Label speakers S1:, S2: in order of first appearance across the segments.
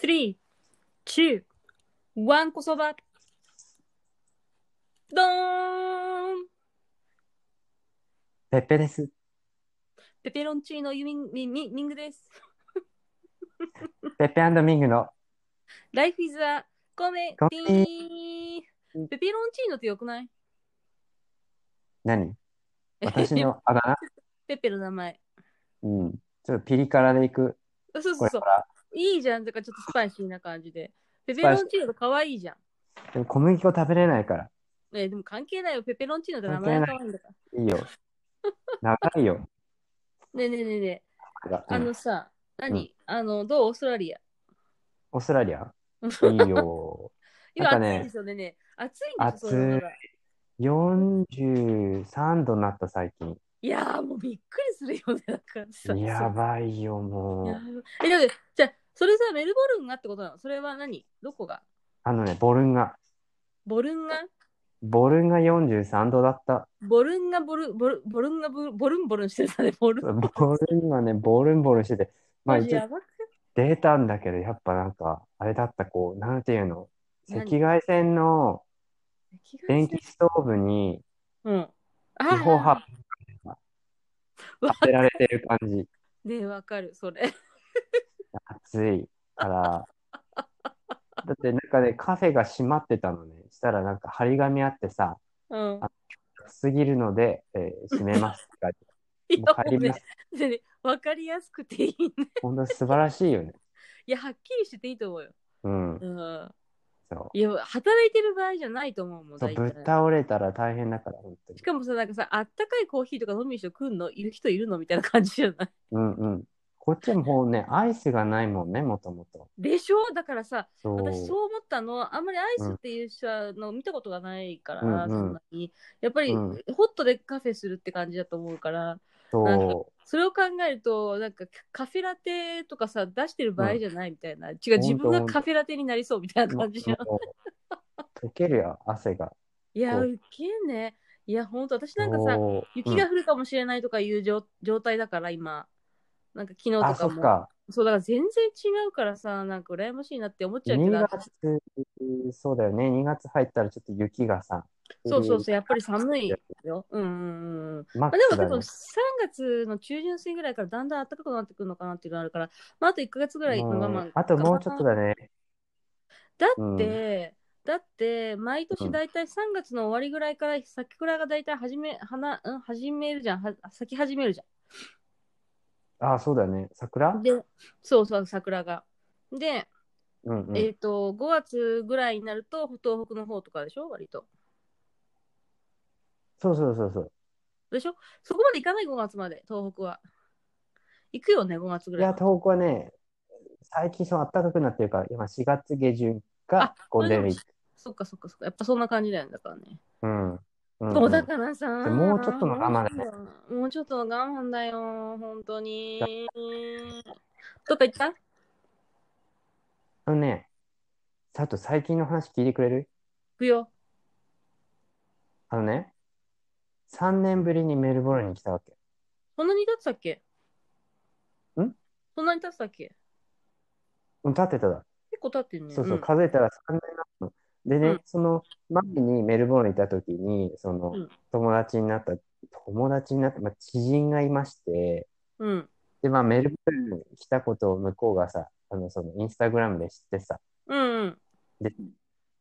S1: three, two, one こそば。どーん
S2: ペッ ペです。
S1: ペペロンチーノユミンミミミングです。
S2: ペッペミングの。
S1: Life is a comedy.
S2: コメデ
S1: ペペロンチーノってよくない
S2: 何私のあだ名
S1: ペペの名前。
S2: うん。ちょっとピリ辛でいく。
S1: そうそう
S2: これ
S1: そう
S2: か。ら。
S1: いいじゃん。だからちょっとスパイシーな感じで。ペペロンチーノと可愛いじゃん。
S2: でも小麦粉食べれないから。
S1: えでも関係ないよ。ペペロンチーノって名前が可愛いんだから。
S2: い いよ。長いよ。
S1: ねえねえねえねえ。あ
S2: うん
S1: のさ、何あの、どうオーストラリア。
S2: オーストラリアいいよ。
S1: 今暑
S2: なんかね
S1: いですよねね。暑いんですよ、それが
S2: 43度になった最近。
S1: いやーもうびっくりするよね、だからさ。
S2: やばいよ、
S1: そうや
S2: もう。
S1: ばいえ、だって、じゃあそれさ、メルボルンがってことなのそれは何どこが
S2: あのね、ボルンが。
S1: ボルンが
S2: ボルンが43度だった。
S1: ボルンがボルボルボルンがボルボルンボルンしてたね、ボルン。
S2: ボルンはね、ボルンボルンしてて。まあ
S1: マジ
S2: 一応
S1: やばく
S2: 出たんだけど、やっぱなんか、あれだった、こう、なんていうの、
S1: 何
S2: 赤外線の電気ストーブに
S1: うん。あ
S2: 気泡発
S1: わ
S2: 当てられてる感じ。
S1: ねわかる、それ。
S2: 暑い から。だってなんかね、カフェが閉まってたのね。したらなんか張り紙あってさ、
S1: うん。
S2: 暑すぎるので、えー閉めますって書 いてあ
S1: い
S2: る。もう
S1: や、もうね
S2: 帰ります。、
S1: でねわかりやすくていいね。
S2: 本当に素晴らしいよね。
S1: いや、はっきりしてていいと思うよ。
S2: う
S1: う
S2: ん。
S1: ん。
S2: そ
S1: いや、働いてる場合じゃないと思うも
S2: う。
S1: ん、
S2: そ
S1: 大
S2: うぶっ
S1: 体
S2: 倒れたら大変だから、本当に
S1: し。かもさ、なんかさ、あったかいコーヒーとか飲みにしてくんのいる人いるのみたいな感じじゃない
S2: うんうん。こっちももうね、アイスがないもんね、もともと。
S1: でしょだからさ、
S2: そう。
S1: 私そう思ったの、あんまりアイスっていう人はの見たことがないから、
S2: うんうん
S1: そんなに。やっぱり、
S2: うん
S1: ホットでカフェするって感じだと思うから、なんか
S2: そう。
S1: それを考えると、なんかカフェラテとかさ、出してる場合じゃないみたいな。違う、自分がカフェラテになりそうみたいな
S2: もう
S1: 感じじゃん。
S2: もう溶けるよ、汗が。
S1: いや、
S2: そう
S1: ウケんね。いや、ほんと、私なんかさ、
S2: そう
S1: 雪が降るかもしれないとかいう状状態だから、今。なんか昨日
S2: うん
S1: と
S2: あ、そ
S1: か
S2: っ
S1: も。
S2: か。
S1: そうだから全然違うからさ、なんか羨ましいなって思っちゃうけ
S2: 2
S1: ど、
S2: 月、そうだよね、2月入ったらちょっと雪がさ、
S1: そうそう
S2: 降
S1: そ
S2: る
S1: う、やっぱり寒いよ。うんうんうん。ま
S2: マッ
S1: あ、で
S2: ク
S1: も
S2: スだ
S1: でも
S2: ね
S1: 3。月の中旬過ぎぐらいからだんだん暖かくなってくるのかなっていうのがあるから、まあ、あと1ヶ月ぐらいの我
S2: う
S1: 慢
S2: んあともうちょっと
S1: だ。
S2: だね。
S1: だって、だって、毎年だいたい3月の終わりぐらいから桜がだいたい始め、花、うん、始めるじゃん。は咲き始めるじ
S2: あ、そうだね。
S1: ゃん。
S2: 桜
S1: で、そうそう、桜が。で、
S2: うんうん。
S1: えっ、と、5月ぐらいになると、東北の方とかでしょ割と。
S2: そうそうそうそう。
S1: でしょそこまで行かない5月まで、東北は。行くよね、5月ぐ
S2: い
S1: らい。
S2: や、東北はね、最近そう暖かくなってるから、今4月下旬が
S1: あ
S2: ゴールデンウィーク。
S1: そっかそっかそっか。やっぱそんな感じだよね。だからね。
S2: うん。うん
S1: そうだからさ。
S2: でもうちょっとの我慢だ
S1: よ。もうちょっとの我慢だよ。本当に。どっか行った
S2: あのね、佐藤最近の話聞いてくれる
S1: 行くよ。
S2: あのね、3年ぶりにメルボルンに来たわけ。
S1: そんなに経ってたっけ
S2: ん
S1: そんなに経ってたっけ
S2: うん立ってただ。
S1: 結構経ってるね。
S2: そうそう、
S1: ん
S2: 数えたら3年なの。でね、
S1: うん
S2: その前にメルボルンにいた時に、その、
S1: うん
S2: 友達になった、友達になった、まあ、知人がいまして、
S1: うん。
S2: で、まあ、メルボルンに来たことを向こうがさ、あの、その、インスタグラムで知ってさ、
S1: うんうん。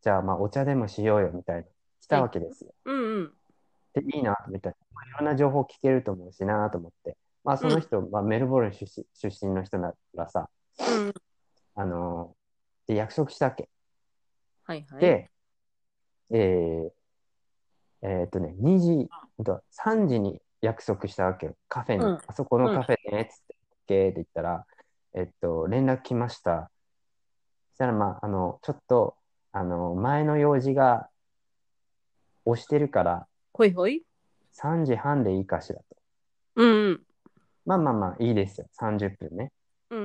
S2: じゃあ、まあ、お茶でもしようよ、みたいな、来たわけですよ。
S1: うんうん。
S2: で、いいな、みたいな。まあ、いろんな情報聞けると思うしな、と思って。まあ、その人、まあ、メルボルン出身出身の人だからさ、
S1: うん。
S2: あのーで、約束したわけ。
S1: はいはい。
S2: で、えーえーっとね、2時、ほんとは3時に約束したわけよ。カフェに、
S1: うん
S2: あそこのカフェね、つって、オッケーって言ったら、えっと、連絡来ました。そしたら、まあ、あの、ちょっと、あの、前の用事が押してるから、
S1: ほいほい。
S2: 3時半でいいかしらと。
S1: うんうん。
S2: まあまあまあ、いいですよ。30分ね。
S1: うん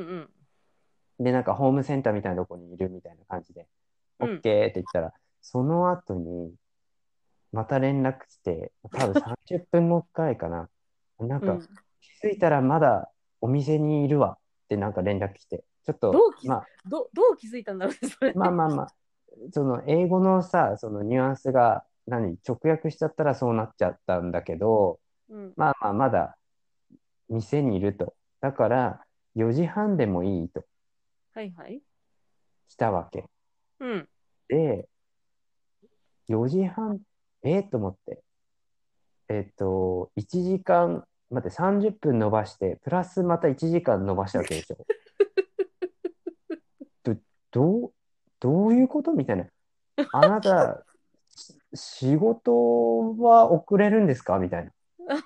S1: うん。
S2: で、なんかホームセンターみたいなとこにいるみたいな感じで、
S1: う
S2: OK
S1: ん
S2: って言ったら、その後に、また連絡来て、多分30分後くらいかな。 なん
S1: う
S2: か
S1: ん、
S2: 気づいたらまだお店にいるわってなんか連絡来て、ちょっと
S1: どう気づ
S2: まあ、
S1: どどう気づいたんだろうねそれ
S2: まあまあまあ、その英語のさ、そのニュアンスが何、直訳しちゃったらそうなっちゃったんだけど、
S1: うん
S2: まあまあ、まだ店にいると。だから、4時半でもいいと
S1: はいはい
S2: 来たわけ。
S1: うん
S2: で、4時半、えー、と思って。えっと、1時間、待って、30分伸ばして、プラスまた1時間伸ばしたわけでしょ。ど、どう、どういうことみたいな。あなた、し仕事は遅れるんですかみたいな。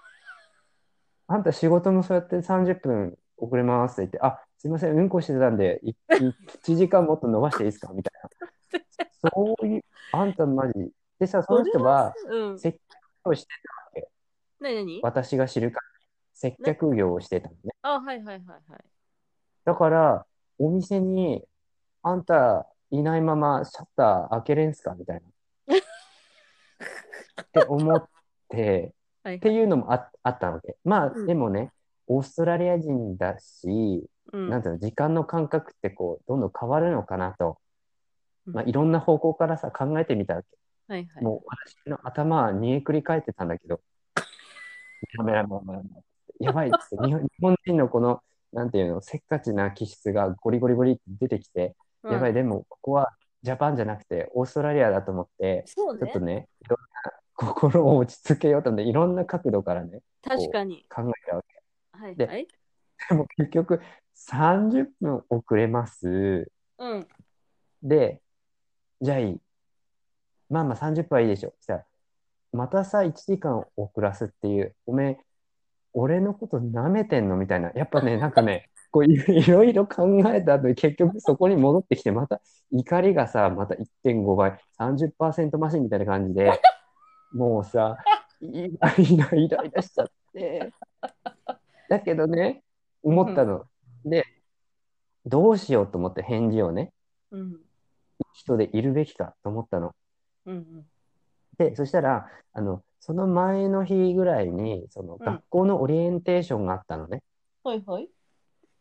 S2: あんた仕事もそうやって30分遅れますって言って、あ、すいません、うんこしてたんで、い1時間もっと伸ばしていいですかみたいな。そういう、あんたマジ。でさ、その人は
S1: うん
S2: 接客をして、
S1: なになに
S2: 私が知るから、接客業をしてたのね。
S1: あはいはいはいはい
S2: だから、お店に、あんたいないままシャッター開けれんすかみ たいな。って思って、
S1: はい
S2: っていうのもあ、あったわけ。まあ、
S1: うん
S2: でもね、オーストラリア人だし、
S1: うん
S2: なんていうの、時間の感覚ってこう、どんどん変わるのかなと。
S1: うん
S2: まあ、いろんな方向からさ、考えてみたわけ。
S1: はいはい
S2: もう私の頭は煮えくり返ってたんだ けど、やばいやばいやばいやばいっつって、日本日本人のこの、なんていうの、せっかちな気質がゴリゴリゴリって出てきて、
S1: うん
S2: やばい、でもここはジャパンじゃなくてオーストラリアだと思って、
S1: そう
S2: ちょっ
S1: ね
S2: とね、いろんな心を落ち着けようと思って、いろんな角度からね、
S1: 確かに
S2: 考えたわけ。
S1: はい
S2: で
S1: はい
S2: でも結局、30分遅れます。
S1: うん
S2: で、じゃあいい。まあまあ30分はいいでしょ。そしたら、またさ、1時間遅らすっていう、おめえ、俺のこと舐めてんのみたいな。やっぱね、なんかね、こういいろいろ考えた後に結局そこに戻ってきて、また怒りがさ、また1.5倍、30%増しみたいな感じで、もうさ、イライライライラしちゃって。だけどね、思ったの。で、どうしようと思って返事をね、
S1: うん
S2: 人でいるべきかと思ったの。
S1: うんうん
S2: で、そしたら、あの、その前の日ぐらいに、その
S1: うん
S2: 学校のオリエンテーションがあったのね。
S1: はいはい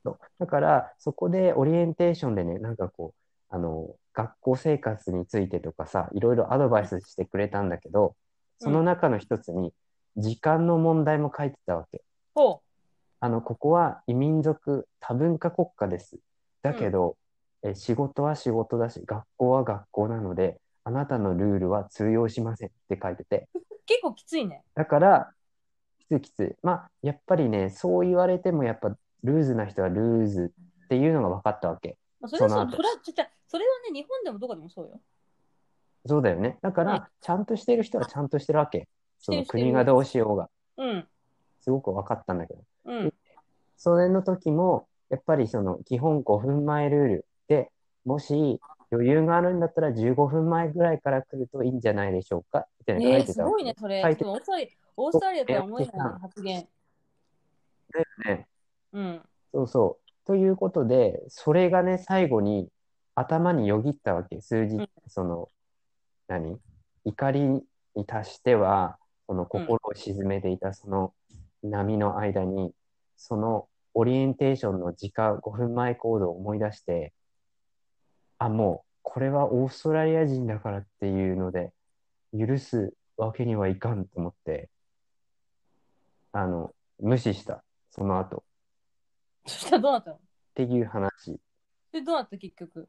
S2: そうだから、そこでオリエンテーションでね、なんかこう、あの、学校生活についてとかさ、いろいろアドバイスしてくれたんだけど、その中の一つに、時間の問題も書いてたわけ。
S1: ほ
S2: あの、ここは異民族多文化国家です。だけど、え、仕事は仕事だし、学校は学校なので、あなたのルールは通用しませんって書いてて。
S1: う結構きついね
S2: だから、きついきつい。まあ、やっぱりね、そう言われても、やっぱ、ルーズな人はルーズっていうのが分かったわけ。
S1: まあそれは
S2: その
S1: そう
S2: 後
S1: それはちょちょそれはね日本でもどこでもそうよ
S2: そうだよね。だか
S1: はい
S2: ら、ちゃんとしてる人はちゃんとしてるわけ。その
S1: してるしてる
S2: 国がどうしようが、
S1: うん
S2: すごく分かったんだけど。
S1: うん
S2: それの時も、やっぱりその基本5分前ルールで、もし余裕があるんだったら15分前ぐらいから来るといいんじゃないでしょうかみたいなの書
S1: え
S2: い
S1: ー、
S2: て
S1: す
S2: たわ
S1: ご
S2: け
S1: いね、それ。
S2: 書い
S1: ち
S2: て
S1: ょっとオーストラリアオーストラリアとは思えない発言。
S2: だよね。
S1: うん。
S2: そうそう。ということで、それがね、最後に頭によぎったわけ。数字
S1: うん、
S2: その、何怒りに達しては、その心を沈めていたその波の間に、そのオリエンテーションの時間5分前行動を思い出して、あ、もう、これはオーストラリア人だからっていうので、許すわけにはいかんと思って、あの、無視した、その後。
S1: そしたらどうなったの
S2: っていう話。
S1: で、どうなった結局。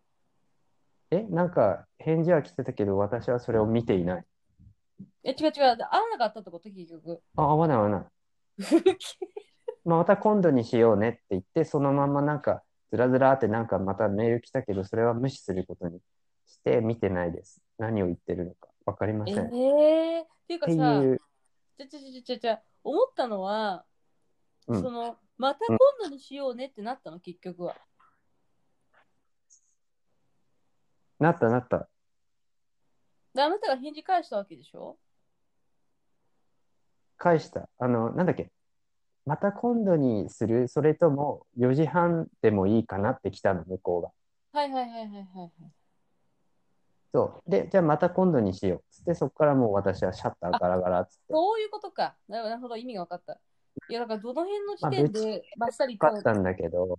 S2: え、なんか返事は来てたけど、私はそれを見ていない。
S1: え、違う違う。会わなかったってこと結 局。
S2: あ、合わない合わない。まあ、また今度にしようねって言って、そのままなんか、ずらずらってなんかまたメール来たけど、それは無視することにして見てないです。何を言ってるのかわかりま
S1: え
S2: せん。っ
S1: ー、っていうかさ、
S2: てい
S1: ちゃ
S2: う、
S1: ちゃちゃちゃちゃちゃ、思ったのは、
S2: うん
S1: その、また今度にしようねってなったの、結局は。
S2: なったなった。
S1: で、あなたが返事返したわけでしょ
S2: 返した。あの、なんだっけ。また今度にするそれとも4時半でもいいかなって来たの、向こうが。
S1: はいはいはいはいはいはい。
S2: そう。で、じゃあまた今度にしよう。つって、そこからもう私はシャッターガラガラっつって。
S1: そういうことか。なるほど、意味が分かった。いや、だからどの辺の時点で、ばっさり
S2: か
S1: と、
S2: ったんだけど、
S1: だか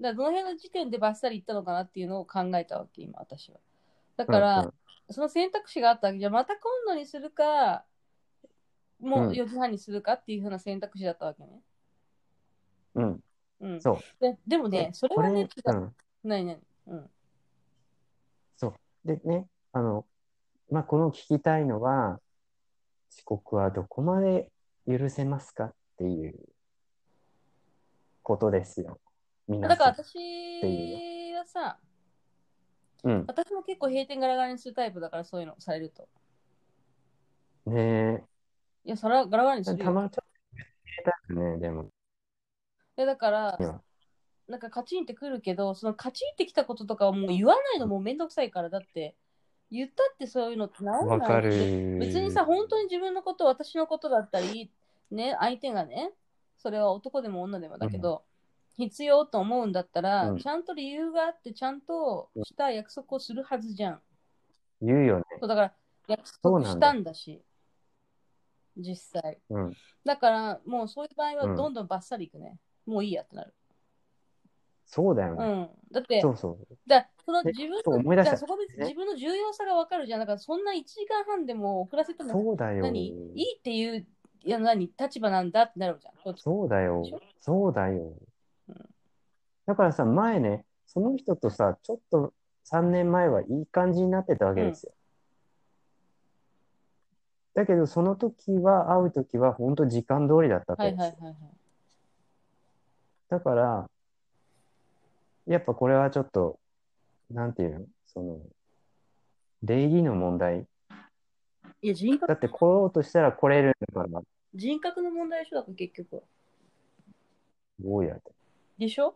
S1: らどの辺の時点でバッサリ行ったのかなっていうのを考えたわけ、今、私は。だから、
S2: うんうん
S1: その選択肢があったわけじゃあまた今度にするか、もううん4時半にするかっていうふうな選択肢だったわけね。
S2: うん、
S1: うん、
S2: そう。
S1: ででもね、それはね、違
S2: これ、
S1: う
S2: うん、
S1: ないない。うん。
S2: そう。でね、あの、まあ、この聞きたいのは、遅刻はどこまで許せますかっていうことですよ。皆
S1: だから
S2: さ
S1: 私はさ、
S2: ん。うん。
S1: 私も結構閉店ガラガラにするタイプだから、そういうのされると。
S2: ね
S1: いや、それはガラガラにす
S2: え。
S1: る
S2: た
S1: よ。
S2: まにちょっと、ね、でも、
S1: いやだから
S2: いや、
S1: なんかカチンってくるけど、そのカチンってきたこととかはもう言わないのもめんどくさいから、だって、言ったってそういうのってなんない
S2: わかる。
S1: 別にさ、本当に自分のこと、私のことだったり、ね、相手がね、それは男でも女でもだけど、必要と思うんだったら、
S2: うん
S1: ちゃんと理由があって、ちゃんとした約束をするはずじゃん。
S2: 言うよね。
S1: そうだから、約
S2: そ
S1: 束
S2: うなんだ
S1: したんだし、実際。
S2: うん。
S1: だから、もうそういう場合
S2: う
S1: は
S2: ん
S1: どんどんバッサリいくね。もういいやってなる。
S2: そうだよ
S1: う
S2: ね。
S1: ん。だって、
S2: そうそう。
S1: だからその
S2: ね
S1: 自分
S2: そう
S1: の
S2: 思い出した
S1: だからそこで
S2: ね
S1: 自分の重要さが分かるじゃん。だからそんな1時間半でも遅らせても
S2: そうだよ。
S1: 何いいっていういや何立場なんだってなるじゃん。こっち
S2: そうだよ
S1: でしょ。
S2: そうだよ
S1: うん。
S2: だからさ、前ね、その人とさ、ちょっと3年前はいい感じになってたわけですよ。だけど、その時は、会う時は、本当時間通りだったわ
S1: は
S2: け
S1: い
S2: です
S1: はい
S2: よ
S1: はい。はい。
S2: だから、やっぱこれはちょっと、なんていうのその、礼儀の問題。
S1: いや人格
S2: だって来ようとしたら来れるんだから、
S1: 人格の問題でしょだから結局。
S2: どうやって。
S1: でしょ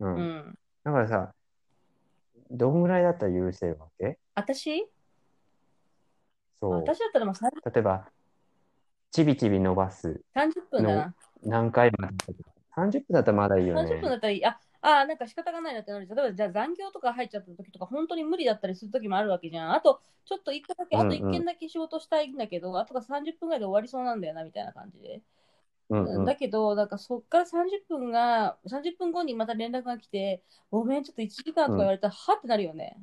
S2: う。
S1: うんん。
S2: だからさ、どんぐらいだったら許せるわけ
S1: 私
S2: そう。
S1: 私だったらまあ30
S2: 例えば、ちびちび伸ばす、
S1: 30分だな。
S2: 何回まで30分だったらまだいいよ
S1: 30分だ
S2: ね。
S1: ったらいい、ああー、なんか仕方がないなってなる。例えば、じゃあ残業とか入っちゃった時とか、本当に無理だったりする時もあるわけじゃん。あと、ちょっと一個だけ、あ
S2: うん
S1: と
S2: うん
S1: 一件だけ仕事したいんだけど、あとが30分ぐらいで終わりそうなんだよな、みたいな感じで。
S2: うんうん。
S1: だけど、なんかそっから30分が、30分後にまた連絡が来て、ごめん、ちょっと1時間とか言われたら、はってなるよね。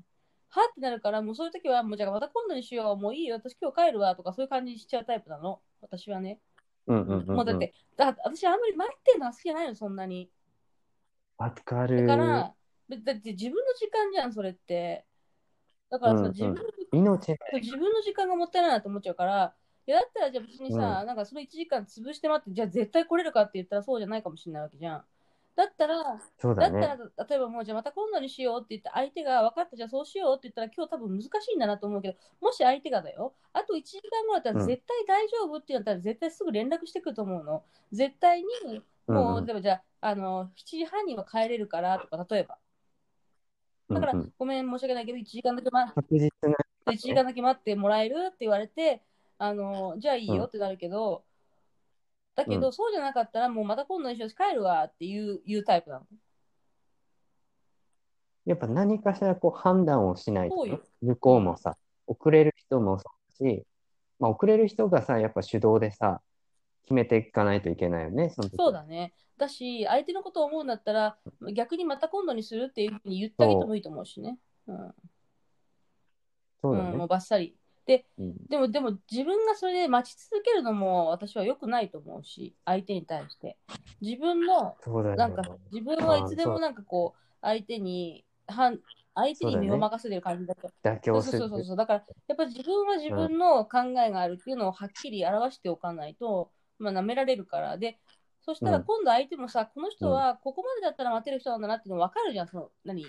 S1: はってなるから、もうそういう時は、もうじゃあまた今度にしよう、もういいよ、私今日帰るわ、とかそういう感じにしちゃうタイプなの。私はね。
S2: うんうんうんうん
S1: もうだって、だ私あんまり待ってんのは好きじゃないの、そんなに。
S2: わか
S1: だ
S2: る。
S1: から、だって自分の時間じゃん、それって。だからさ、
S2: うんうん
S1: 自分の
S2: 命の
S1: 自分の時間がもったいないなと思っちゃうから、いやだったらじゃあ別にさ、
S2: う
S1: なんかその1時間潰して待って、じゃあ絶対来れるかって言ったらそうじゃないかもしれないわけじゃん。だったら、
S2: そう
S1: だ
S2: だ
S1: った
S2: ね。
S1: ら、例えばもうじゃあまた今度にしようって言って、相手が分かった、じゃあそうしようって言ったら、今日多分難しいんだなと思うけど、もし相手がだよ、あと1時間後だった
S2: う
S1: ら
S2: ん
S1: 絶対大丈夫ってなったら、絶対すぐ連絡してくると思うの。絶対に、も
S2: ん
S1: う、
S2: ん
S1: 例えばじゃあ、あの、7時半には帰れるからとか、例えば。だから、
S2: うんうん
S1: ごめん、申し訳ないけど、1時間だけ待って、
S2: 確実な、
S1: 1時間だけ待ってもらえるって言われて、あの、じゃあいいよってなるけど、だけど、
S2: う
S1: そうじゃなかったら、もうまた今度一緒に帰るわっていういうタイプなの。
S2: やっぱ何かしらこう判断をしないと
S1: そう
S2: ね
S1: よ、
S2: 向こうもさ、遅れる人もそうだし、まあ遅れる人がさ、やっぱ手動でさ、決めていかないといけないよね、その時
S1: そうだね。だし、相手のことを思うんだったら、逆にまた今度にするっていうふうに言ってあげてもいいと思うしね。うん、
S2: そうだ
S1: うんも
S2: ね
S1: う。ばっさり。
S2: うん
S1: でも、でも自分がそれで待ち続けるのも私は良くないと思うし、相手に対して。自分の
S2: そうだよ。
S1: なんか自分はいつでもなんかこう相手に反相手に身を任せてる感じだった。
S2: 妥
S1: そ
S2: 協
S1: う
S2: する。
S1: そうそうそうだからやっぱり自分は自分の考えがあるっていうのをはっきり表しておかないと、まあ舐められるからでそしたら
S2: うん
S1: 今度相手もさ、この人はここまでだったら待てる人なんだなっていうの分かるじゃんその何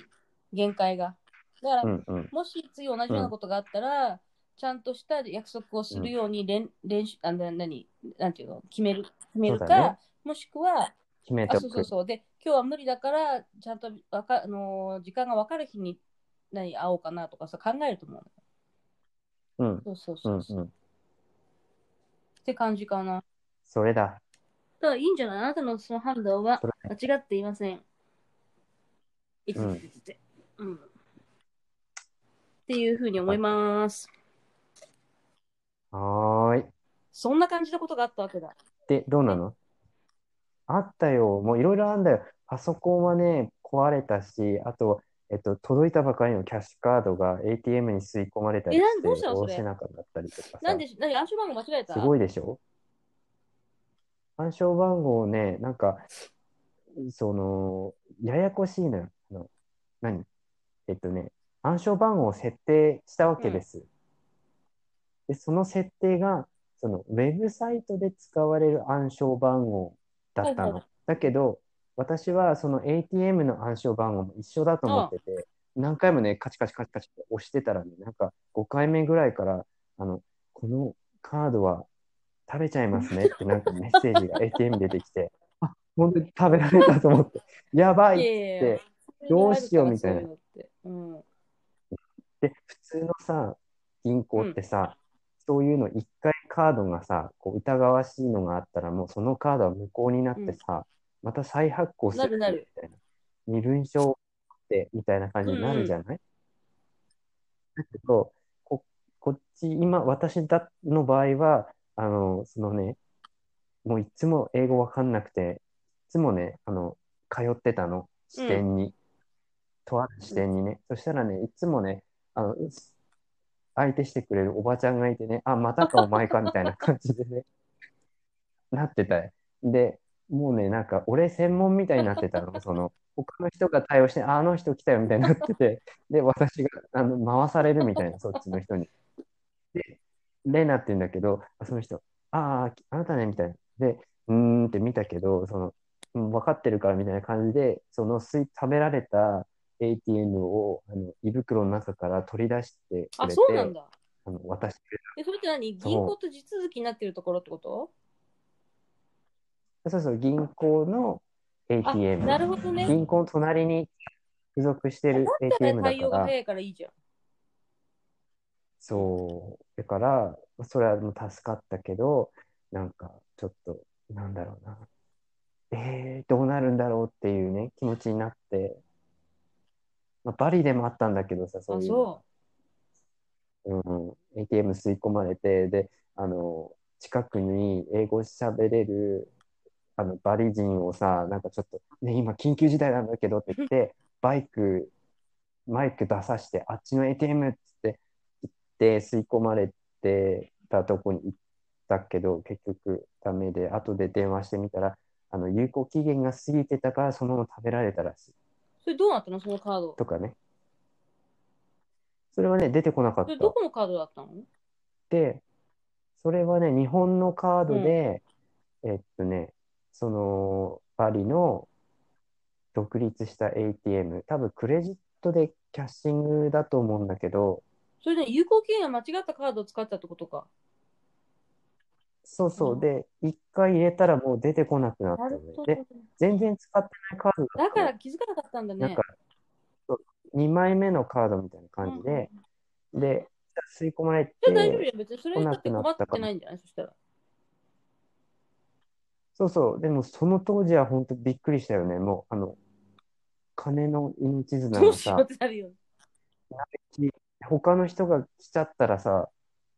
S1: 限界がだから、
S2: うんうん。
S1: もし次同じようなことがあったら、ちゃんとした約束をするように練,、練習あな何なんていうの決める決める
S2: そうだ
S1: か、
S2: ね
S1: もしくは
S2: 決めて
S1: あ
S2: お
S1: そうそう
S2: く。
S1: そう。で、今日は無理だから、ちゃんとわか、あのー時間が分かる日に何会おうかなとかさ、考えると思うの。
S2: う
S1: そ
S2: ん
S1: うそう
S2: う
S1: そ
S2: ん
S1: うそう。
S2: うん。
S1: って感じかな。
S2: それだ。
S1: ただ、いいんじゃないあなたのその判断は
S2: それ
S1: 間違っていません。いつ
S2: うん
S1: いついつって。うん。っていうふうに思います。
S2: はーい。
S1: そんな感じのことがあったわけだ。
S2: で、どうなのあったよ。もういろいろあんだよ。パソコンはね、壊れたし、あと、えっと、届いたばかりのキャッシュカードが ATM に吸い込まれたり
S1: えな
S2: して、
S1: どうしたのそれ
S2: 下ろせなかったりとかさ、
S1: なんで、何暗証番号間違えた
S2: すごいでしょ暗証番号をね、なんか、その、ややこしいのよ。あの何えっとね、暗証番号を設定したわけです。で、その設定が、その、ウェブサイトで使われる暗証番号だった
S1: はい
S2: の
S1: はい。
S2: だけど、私はその ATM の暗証番号も一緒だと思ってて、何回もね、カチカチカチカチって押してたらね、なんか5回目ぐらいから、あの、このカードは食べちゃいます ねってなんかメッセージが ATM 出てきて、あ、本当に食べられたと思 って、やばい
S1: い
S2: っ
S1: やいやいや
S2: て、どうしようみたいな
S1: そううのってうん。
S2: で、普通のさ、銀行ってさ、そういうの一回カードがさ、こう疑わしいのがあったら、もうそのカードは無効になってさ、また再発行するみ
S1: な
S2: た
S1: るないる
S2: な。身分証ってみたいな感じになるじゃないだけど、こ、こっち、今、私だの場合は、あの、そのね、もういつも英語わかんなくて、いつもね、あの、通ってたの、支店に。とある支店にね。そしたらね、いつもね、あの、相手してくれるおばちゃんがいてね、あ、またかお前かみたいな感じでね、なってたよ。で、もうね、なんか俺専門みたいになってたの、その、他の人が対応して、ああの人来たよみたいになっ てて、で、私があの回されるみたいな、そっちの人に。で、レナって言うんだけど、あその人、ああ、あなたねみたいな。で、うーんって見たけど、その、うん分かってるからみたいな感じで、その吸い食べられた ATM をあの胃袋の中から取り出してく
S1: あ、
S2: れて、
S1: そうなんだ。
S2: あの渡してくれ
S1: え、それって何
S2: そう
S1: 銀行と地続きになってるところってこと
S2: たそうそう、銀行の
S1: あ、
S2: ATM。
S1: なるほどね。
S2: 銀行の隣に付属してる
S1: だから
S2: ATM だ
S1: 対
S2: か
S1: 応が
S2: ら、
S1: 早いからいいじゃん。
S2: そう、だから、それはもう助かったけど、なんか、ちょっと、なんだろうな、えー、どうなるんだろうっていうね、気持ちになって、まあ、バリでもあったんだけどさ、そう
S1: あ、
S2: いうの
S1: そ
S2: うん、ATM 吸い込まれて、で、あの、近くに英語喋れる、あの、バリ人をさ、なんかちょっと、ね、今緊急事態なんだけどって言って、バイク、マイク出さして、あっちの ATM っつって、行って吸い込まれてたとこに行ったけど、結局ダメで、後で電話してみたら、あの、有効期限が過ぎてたから、そのまま食べられたらしい。
S1: う。それどうなったのそのカード。
S2: とかね。それはね、出てこなかっ
S1: そ
S2: た
S1: れ。どこのカードだったの
S2: で、それはね、日本のカードで、えっとね、その、パリの独立した ATM、多分クレジットでキャッシングだと思うんだけど、
S1: それで有効期限が間違ったカードを使ったってことか。
S2: そうそうう、
S1: ん
S2: で、一回入れたらもう出てこなくなった
S1: な
S2: の
S1: る
S2: ね
S1: ほど
S2: で、。全然使ってないカードだ
S1: だ
S2: った
S1: か
S2: の
S1: ら気づかなかったんだ
S2: なん
S1: ね
S2: か。、2枚目のカードみたいな感じで、
S1: うん
S2: で、吸い込まれて、
S1: じゃあ大丈夫じゃん。別にそれ
S2: 来
S1: だ
S2: な
S1: って
S2: くな
S1: 困っ
S2: ったか
S1: て
S2: も
S1: ないんじゃないそしたら。
S2: そうそう。でもその当時は本当びっくりしたよね。もう、あの、金の命綱
S1: ど
S2: が
S1: うしよう
S2: さ
S1: っ、てなるよ。
S2: 他の人が来ちゃったらさ、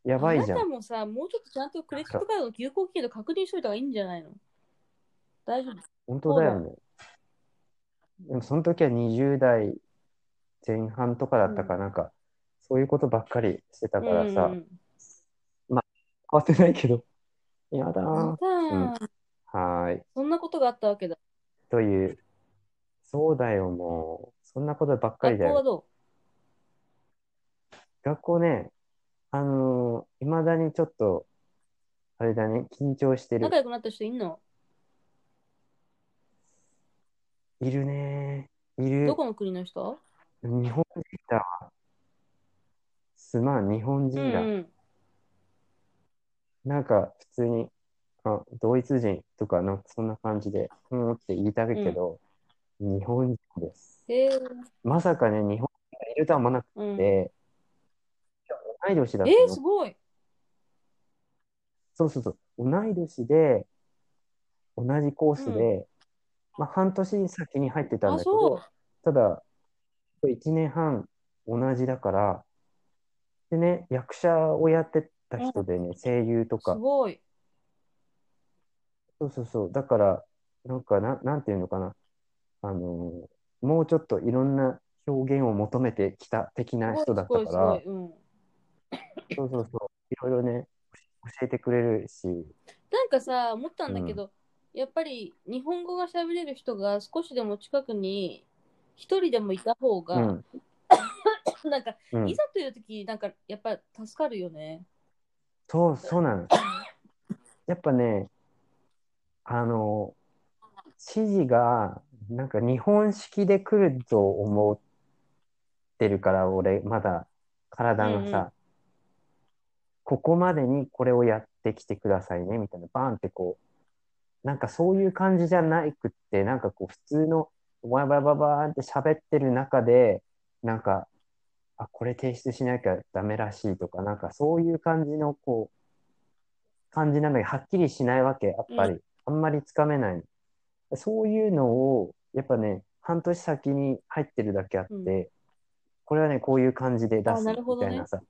S2: やばいじゃ。
S1: あなんたもさ、もうちょっとちゃんとクレジットカードの有効期限と確認しといた方がいいんじゃないの大丈夫。
S2: 本当だよね。でもその時は20代前半とかだったか
S1: う
S2: なんか、そういうことばっかりしてたから
S1: う
S2: さ
S1: ん、
S2: 慌てないけど、やだ
S1: うんうん、ま
S2: ー。
S1: た、
S2: はーい。
S1: そんなことがあったわけだ。
S2: という、そうだよ、もう。そんなことばっかり
S1: 学
S2: だよ
S1: 校。はど
S2: 学校ね、あのいまだにちょっと、あれだね、緊張して
S1: う
S2: る
S1: 仲。良くなった人いんの
S2: いるねいる。
S1: どこの国の人
S2: 日本人だわ。すまん、日本
S1: う
S2: 人
S1: ん
S2: だ。
S1: うん。
S2: なんか、普通に、あ、ドイツ人とか、なんかそんな感じで、うんって言いたいけど、日本人です。
S1: へえ。
S2: まさかね、日本人がいるとは思わなく
S1: うん、え
S2: て、同い年だった
S1: ー、
S2: の
S1: す。ごい。
S2: そうそうそう。同い年で、同じコースで、まあ、半年先に入ってたん
S1: あ、
S2: だけ
S1: そう
S2: ど、。ただ、1年半同じだから、でね、役者をやってた人でね、声優と
S1: す
S2: か、
S1: ごい。
S2: そうそうそう、だから、なんかな、なんていうのかな、ああの、もうちょっといろんな表現を求めてきた的な人だったから、
S1: すごいすごいすごいうん。
S2: そうそうそう、いろいろね、教えてくれるし、
S1: なんかさ、思ったんだけど、やっぱり日本語が喋れる人が少しでも近くに一人でもいた方
S2: う
S1: が、
S2: ん、
S1: なんか、
S2: うん
S1: い、ざという時なんかやっぱ助かるよね。
S2: そう、そうなの。やっぱね、あの、指示が、なんか日本式で来ると思ってるから、俺、まだ体がさ、
S1: うんう
S2: ここまでにこれをやってきてくださいね、みたいな、バーンってこう、なんかそういう感じじゃないくって、なんかこう、普通の、わばばばーンって喋ってる中で、なんか、あ、これ提出しなきゃダメらしいとか、なんかそういう感じの、こう、感じなのに、はっきりしないわけ、やっぱり。あんまりつかめない。そういうのを、やっぱね、半年先に入ってるだけあって、
S1: うん
S2: これはね、こういう感じで出
S1: あ
S2: す
S1: なるほ
S2: み
S1: どね
S2: たいなさ、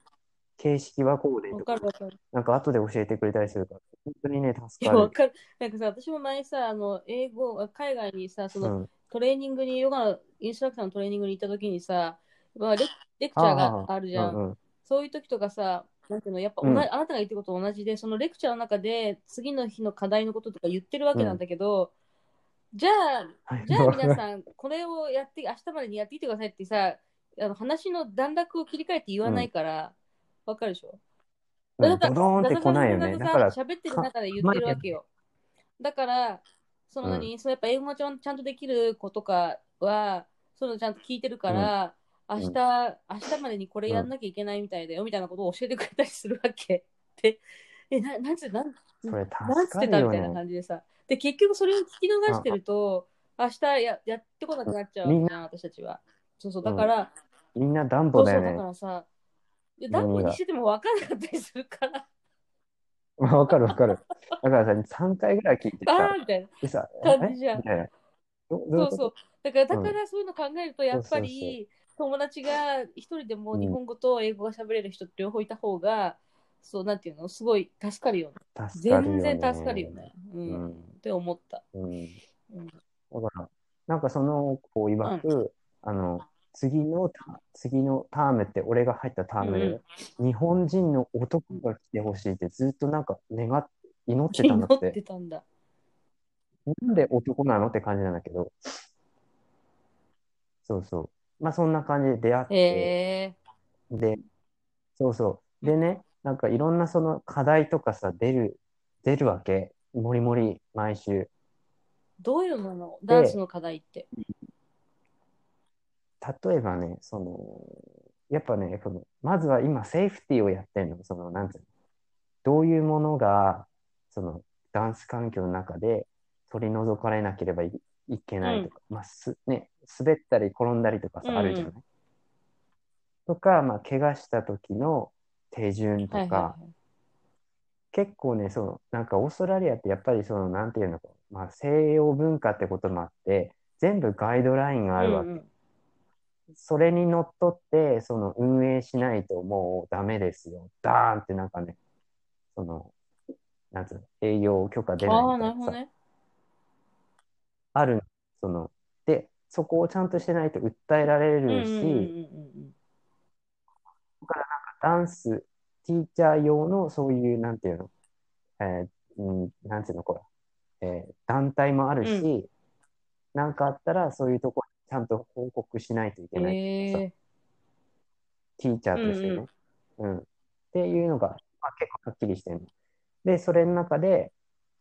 S2: 形式はこうで
S1: わ
S2: と
S1: か
S2: か、
S1: るわかる。
S2: なんか後で教えてくれたりするから、本当にね、
S1: い
S2: 助
S1: や、
S2: か
S1: わ
S2: る。
S1: かる。なんかさ、私も前さ、あの、英語、あ海外にさ、その、
S2: うん、
S1: トレーニングに、ヨガのインストラクターのトレーニングに行った時にさ、まあ、レクレクチャーがあるじゃん。
S2: うんうん、
S1: そういう時とかさ、なんていうの、やっぱ
S2: う
S1: 同
S2: ん
S1: じ、あなたが言ってること同じで、そのレクチャーの中で、次の日の課題のこととか言ってるわけなんだけど、じゃあ、
S2: はい
S1: じ ゃあ皆さん、これをやって、明日までにやってきてくださいってさ、あの話の段落を切り替えて言わないから、わ、かるでしょ
S2: うん
S1: だから
S2: ドドーンって来ないよね。だから、
S1: 喋ってる中で言ってるわけよ。だから、その何、そのやっぱ英語がちゃんちゃんとできる子とかは、そういうのちゃんと聞いてるから、
S2: ん
S1: 明日、明日までにこれやんなきゃいけないみたいだよ、みたいなことを教えてくれたりするわけ。で、え、ななんつなん
S2: そ
S1: な
S2: れ
S1: ん
S2: 助
S1: つっ
S2: か
S1: て
S2: る
S1: たみ
S2: よ
S1: たいな
S2: ね。
S1: 感じでさ。で、結局それを聞き逃してると、明日ややってこなくなっちゃう
S2: みん
S1: わけな、私たちは。そうそう、だから、
S2: みんな暖
S1: そ
S2: 房
S1: う
S2: だ
S1: そ
S2: よ
S1: う、だ
S2: ね
S1: か。らさ、で
S2: みんな
S1: ダンボにしてても分からなかったりする から、
S2: わかるわかる。だからさ、3回ぐらい聞いて
S1: あ
S2: さ、
S1: ーみたいな。
S2: でさ、
S1: 感じじゃん
S2: えみたいな。どどうい
S1: そうう
S2: こ
S1: そう
S2: と。
S1: だから、だ
S2: うん
S1: からそういうの考えると、やっぱ
S2: そうそ
S1: り友達が一人でも
S2: うん
S1: 日本語と英語が喋れる人って両方いた方が、そう、なんていうの、すごい助かるよね。
S2: 助かるよ
S1: 全
S2: ね。
S1: 然助かるよね。う。
S2: うん
S1: っ
S2: ん。
S1: て思った。
S2: うん
S1: うん
S2: だから、なんかその子いわく、あの、次のタ、次のタームって、俺が入ったタームで、日本人の男が来てほしいって、ずっとなんか願っ、祈ってたんだ
S1: 祈
S2: っ
S1: って
S2: て。
S1: たんだ。
S2: なんで男なのって感じなんだけど。そうそう。まあ、そんな感じで出会っ
S1: へ
S2: て、
S1: え。
S2: で、そうそ
S1: う
S2: う。でね、なんかいろんなその課題とかさ、出る、出るわけ。もりもり、毎週。
S1: どういうのなのダンスの課題って。
S2: 例えばね、その、やっぱね、このまずは今、セーフティーをやってんの。その、なんつうの。どういうものが、その、ダンス環境の中で取り除かれなければいいけないとか、まあ、す、ね、滑ったり転んだりとか
S1: うん
S2: さ、
S1: うん
S2: あるじゃない、とか、まあ、怪我した時の手順とか、
S1: はいはいはい。
S2: 結構ね、その、なんかオーストラリアってやっぱりその、なんていうのか、まあ、西洋文化ってこともあって、全部ガイドラインがあるわけ。
S1: うんうん
S2: それにのっとって、その運営しないともうダメですよ。ダーンってなんかね、その、なんつうの、営業許可出ない
S1: ああ、
S2: みた
S1: ないるほど
S2: なさ、
S1: ね。
S2: ある、その、で、そこをちゃんとしてないと訴えられ
S1: うんうん
S2: るし、
S1: うんうん
S2: ダンス、ティーチャー用のそういう、なんていうの、えーうん、なんていうの、これ、えー団体もあるし、
S1: う
S2: なんかあったらそういうとこちゃんと報告しないといけ
S1: うん。
S2: ない。
S1: へえ。
S2: ティーチャーとしてね。うん、っていうのが、まあ、結構はっきりしてるの。で、それの中で、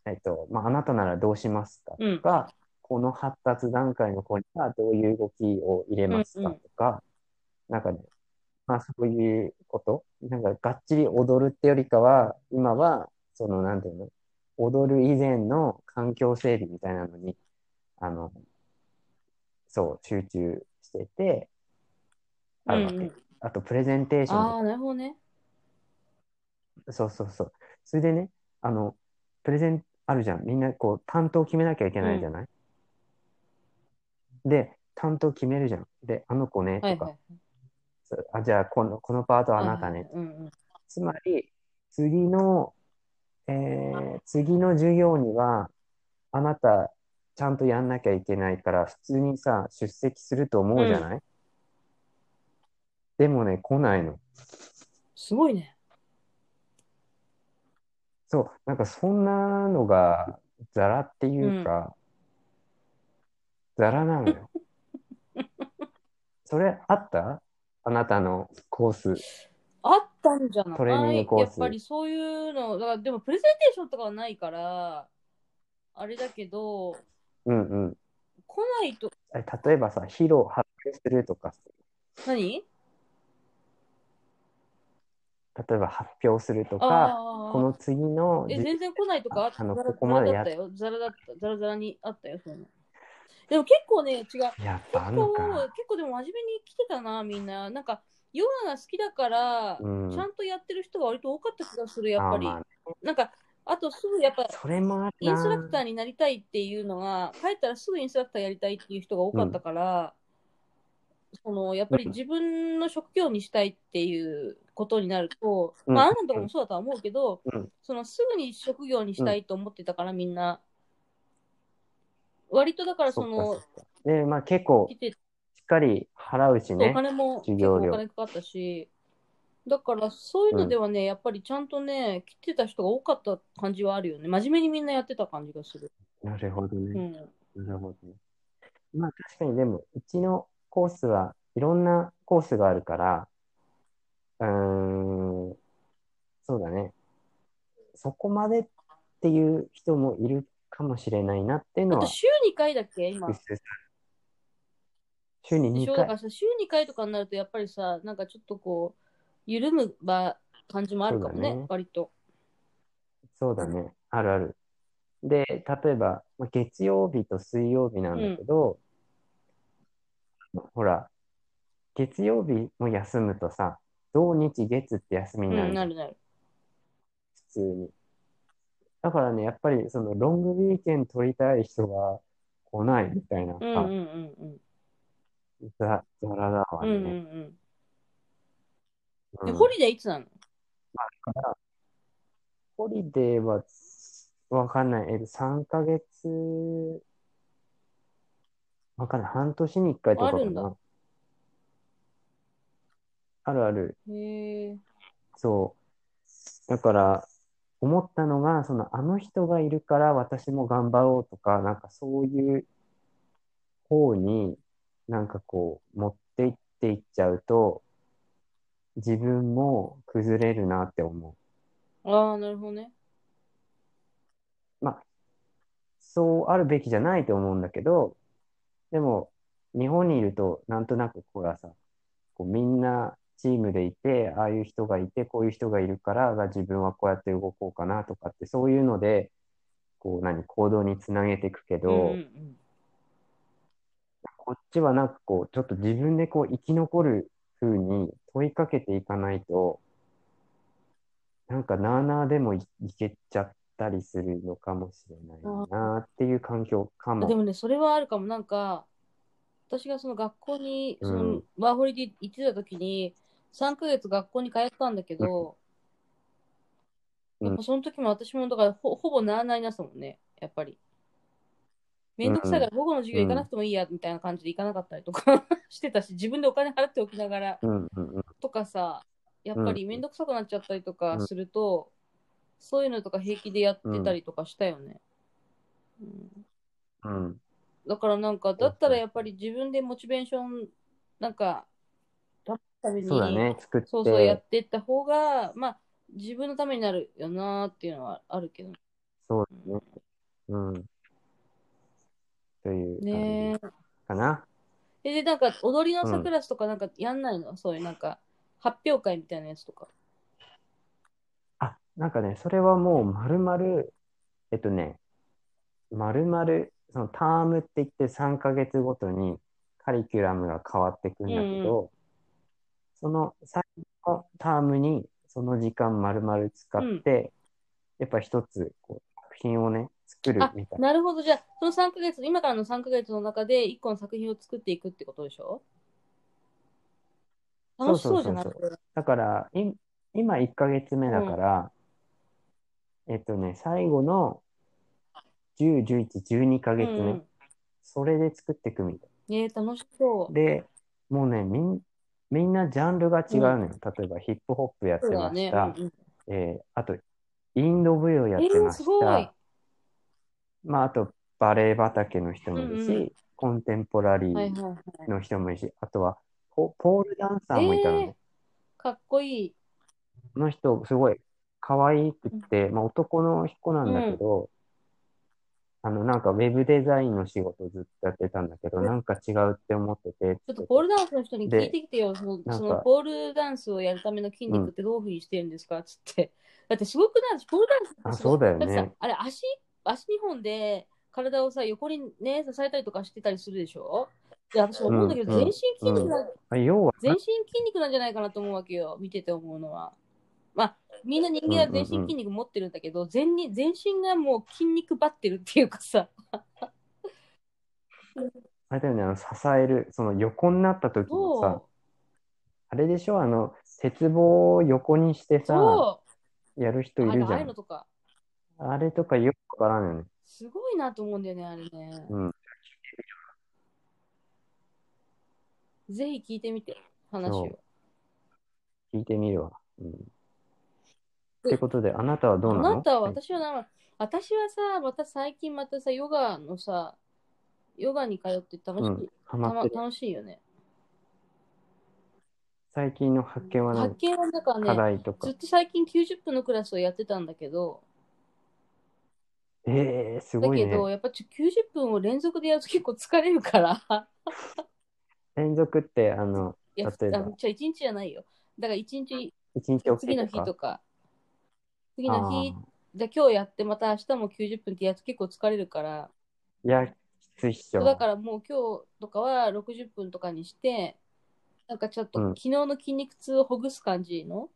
S2: えっと、まあ、あなたならどうしますか
S1: うん
S2: とか、この発達段階の子にはどういう動きを入れます
S1: うん
S2: か
S1: うん
S2: とか、なんかね、まあそういうこと、なんかがっちり踊るってよりかは、今は、その、なんていうの、踊る以前の環境整備みたいなのに、あの、そう、集中してて、あるわけ。
S1: うんうん
S2: あと、プレゼンテーションとか
S1: ああ、なるほどね。
S2: そうそうそう。それでね、あの、プレゼンあるじゃん。みんなこう、担当決めなきゃいけないじゃない、で、担当決めるじゃん。で、あの子ね、
S1: はい
S2: とか、
S1: はい。
S2: そうあ、じゃあこの、このパートはあなたね。
S1: はいはいはい。うんうん。
S2: つまり、次の、えー次の授業には、あなたちゃんとやんなきゃいけないから、普通にさ、出席すると思うじゃない、でもね、来ないの。
S1: すごいね。
S2: そう、なんかそんなのがザラっていうか、ザラな のよ。それあったあなたのコース。
S1: あったんじゃない
S2: トレーニングコース
S1: やっぱりそういうの、だからでもプレゼンテーションとかはないから、あれだけど、
S2: うんうん。
S1: 来ないと、
S2: え例えばさ、披露発表するとか、
S1: 何
S2: 例えば発表するとか、
S1: あ
S2: こ
S1: あ。
S2: の次の
S1: え、
S2: じ
S1: 全然来ないとかあった。
S2: あの
S1: ザラ
S2: ここまでやっ
S1: ザラだったよ。ザラだった。ザラザラにあったよ。そういうのでも結構ね、違う。
S2: やっぱ
S1: 結
S2: あんの
S1: 構、
S2: か。
S1: 結構でも真面目に来てたな、みんな。なんか、ヨガが好きだから、
S2: うん。
S1: ちゃんとやってる人が割と多かった気がする、やっぱり。
S2: あーま
S1: なんか、あとすぐやっぱ
S2: あ、、それもある
S1: イ
S2: な。
S1: ンストラクターになりたいっていうのが、帰ったらすぐインストラクターやりたいっていう人が多かったから、そのやっぱり自分の職業にしたいっていうことになると、
S2: うん
S1: まあ、あなたとかもそうだとは思うけど、
S2: うん
S1: そのすぐに職業にしたいと思ってたから、みんな。割とだから、そ
S2: そっ
S1: の
S2: か、そっかで、まあ結構
S1: 来、て
S2: しっかり払うし
S1: お
S2: ね。
S1: 金も
S2: 授
S1: 結
S2: 業
S1: 構
S2: 料
S1: お金かかったし、だからそういうのではね、やっぱりちゃんとね、来てた人が多かった感じはあるよね。真面目にみんなやってた感じがする。
S2: なるほど
S1: う
S2: ね。
S1: ん。
S2: なるほどね。まあ確かにでも、うちのコースはいろんなコースがあるから、うーん、そうだね。そこまでっていう人もいるかもしれないなっていう
S1: あ
S2: の
S1: と
S2: は、
S1: 週2回だっけ今
S2: う。すうす週に
S1: でし
S2: 2
S1: ょだか
S2: 回。
S1: らさ、週2回とかになると、やっぱりさ、なんかちょっとこう、緩む場感じもあるかもね、
S2: そうだね
S1: 割と。
S2: そうだね。あるある。で、例えば、まあ月曜日と水曜日なんだけど、ほら、月曜日も休むとさ、土日月って休み
S1: う
S2: になる
S1: ん、
S2: じゃん
S1: なるなる。
S2: 普通に。だからね、やっぱりそのロングウィーケン取りたい人が来ないみたいなさ、
S1: うんうんうん
S2: ザザラだわ
S1: うん。うんうん
S2: ね。
S1: うん。え、
S2: うん
S1: ホリデーいつなの
S2: ホリデーはわかんない。え、3ヶ月、わかんない。半年に1回とかか
S1: あるん
S2: な
S1: だ。
S2: あるある。
S1: へえ。
S2: そう。だから、思ったのが、その、あの人がいるから私も頑張ろうとか、なんかそういう方に、なんかこう、持っていっていっちゃうと、自分も崩れるなって思
S1: ああ、なるほどね。
S2: う。まあ、そうあるべきじゃないと思うんだけど、でも、日本にいると、なんとなく、ほらさ、こうみんなチームでいて、ああいう人がいて、こういう人がいるから、が自分はこうやって動こうかなとかって、そういうので、こう何、行動につなげていくけど、
S1: うんうんうん。
S2: こっちはなんかこう、ちょっと自分でこう生き残る風に問いかけていかないと、なんかなあなあでもいいけちゃったりするのかもしれないなっていう環境かも。
S1: でもね、それはあるかも。なんか、私がその学校に、
S2: うん
S1: そのワーホリで行ってた時に、3ヶ月学校に通ったんだけど、
S2: うん
S1: やっぱその時も私も、だからほほぼならないなったもんね、やっぱり。めんどくさいから午後の授業行かなくてもいいや、みたいな感じで行かなかったりとか してたし、自分でお金払っておきながら
S2: うんうんうん。
S1: とかさ、やっぱりめんどくさくなっちゃったりとかすると、そういうのとか平気でやってたりとかしたよね。うん
S2: うん
S1: だからなんか、だったらやっぱり自分でモチベーション、なんか、保つために、
S2: そうだね、作って。
S1: そうそうやってった方が、まあ、自分のためになるよなーっていうのはあるけど
S2: そうだね。うん。という
S1: ね
S2: 感じかな。
S1: え。で、なんか、踊りの
S2: うん
S1: さクラスとかなんかやんないの、そういうなんか、発表会みたいなやつとか。
S2: あ、なんかね、それはもう丸々、えっとね、丸々、そのタームって言って3ヶ月ごとにカリキュラムが変わってくんだけど、その最後のタームにその時間丸々使って、やっぱ一つこう作品をね、作る
S1: あ
S2: みたいな。
S1: なるほど。じゃあ、その3ヶ月、今からの3ヶ月の中で1個の作品を作っていくってことでしょ楽しそうじゃない
S2: そうそ
S1: これ
S2: だから、い、今1ヶ月目だから、えっとね、最後の10、11、12ヶ月目、
S1: うん
S2: それで作っていくみたい。
S1: うん、えー、楽しそう。
S2: で、もうね、みんみんなジャンルが違うのよ。例えばヒップホップやって
S1: そうだ
S2: ま
S1: ね
S2: し。
S1: う
S2: た。
S1: んうん
S2: えーあと、インド舞踊やってま
S1: えーす
S2: し
S1: ご
S2: た。
S1: い
S2: まあ、あと、バレエ畑の人もいるし、
S1: うんうん
S2: コンテンポラリ
S1: はいはい
S2: ー
S1: はい。
S2: の人もいるし、あとはポ、ポールダンサーもいたのね。
S1: かっこいい。
S2: この人、すごい可愛くって、まあ、男の子なんだけど、あの、なんかウェブデザインの仕事ずっとやってたんだけど、なんか違うって思ってて、
S1: ちょっとポールダンスの人に聞いてきてよ、その
S2: なんか
S1: そのポールダンスをやるための筋肉ってどういうふうにしてるんですかつって。だってすごくないポールダンスって
S2: あ、
S1: すご
S2: そ
S1: いう
S2: だよ
S1: だって
S2: ね
S1: さ。あれ足、足2本で体をさ、横にね、支えたりとかしてたりするでしょで、私思うんだけど、
S2: うん
S1: 全身筋肉な、
S2: あ要は、
S1: 全身筋肉なんじゃないかなと思うわけよ、見てて思うのは。まあ、みんな人間は全身筋肉持ってるんだけど、全に全身がもう筋肉ばってるっていうかさ、
S2: あれだよね、あの支える、その横になった時のさ、
S1: そ
S2: あれでしょ、あの、鉄棒を横にして
S1: う、
S2: さ、
S1: そ
S2: やる人
S1: う、
S2: い
S1: あれ
S2: るじ
S1: ああ
S2: ゃ
S1: いうの
S2: ん。
S1: とか。
S2: あれとかよくわからんよね。
S1: すごいなと思うんだよね、あれね。
S2: うん
S1: ぜひ聞いてみて、話
S2: そう
S1: を。
S2: 聞いてみるわ。うん。
S1: で
S2: ってことで、あなたはどうなの
S1: あなたは、
S2: はい
S1: 私はな、私はさ、また最近またさ、ヨガのさ、ヨガに通って楽しい、
S2: うん、ハ
S1: た
S2: マ
S1: ま
S2: ってる。
S1: 楽しいよね。
S2: 最近の発見は何
S1: 発見はなんか
S2: 課
S1: ね、
S2: 題とか
S1: ずっ。と最近90分のクラスをやってたんだけど、
S2: えー、す
S1: だ
S2: ごい
S1: け
S2: ね。
S1: ど、やっぱちょ90分を連続でやると結構疲れるから、
S2: 連続って、あの、
S1: いや、
S2: 例えば
S1: あのじゃあ1日じゃないよ。だから1日、
S2: 一日起き
S1: 次
S2: て
S1: の
S2: と
S1: 日と
S2: か。
S1: か、次の日
S2: あ
S1: じゃあ今日やってまた明日も90分ってやると結構疲れるから、
S2: ーいや、きついっしょ。
S1: だからもう今日とかは60分とかにして、なんかちょっと
S2: うん
S1: 昨日の筋肉痛をほぐす感じの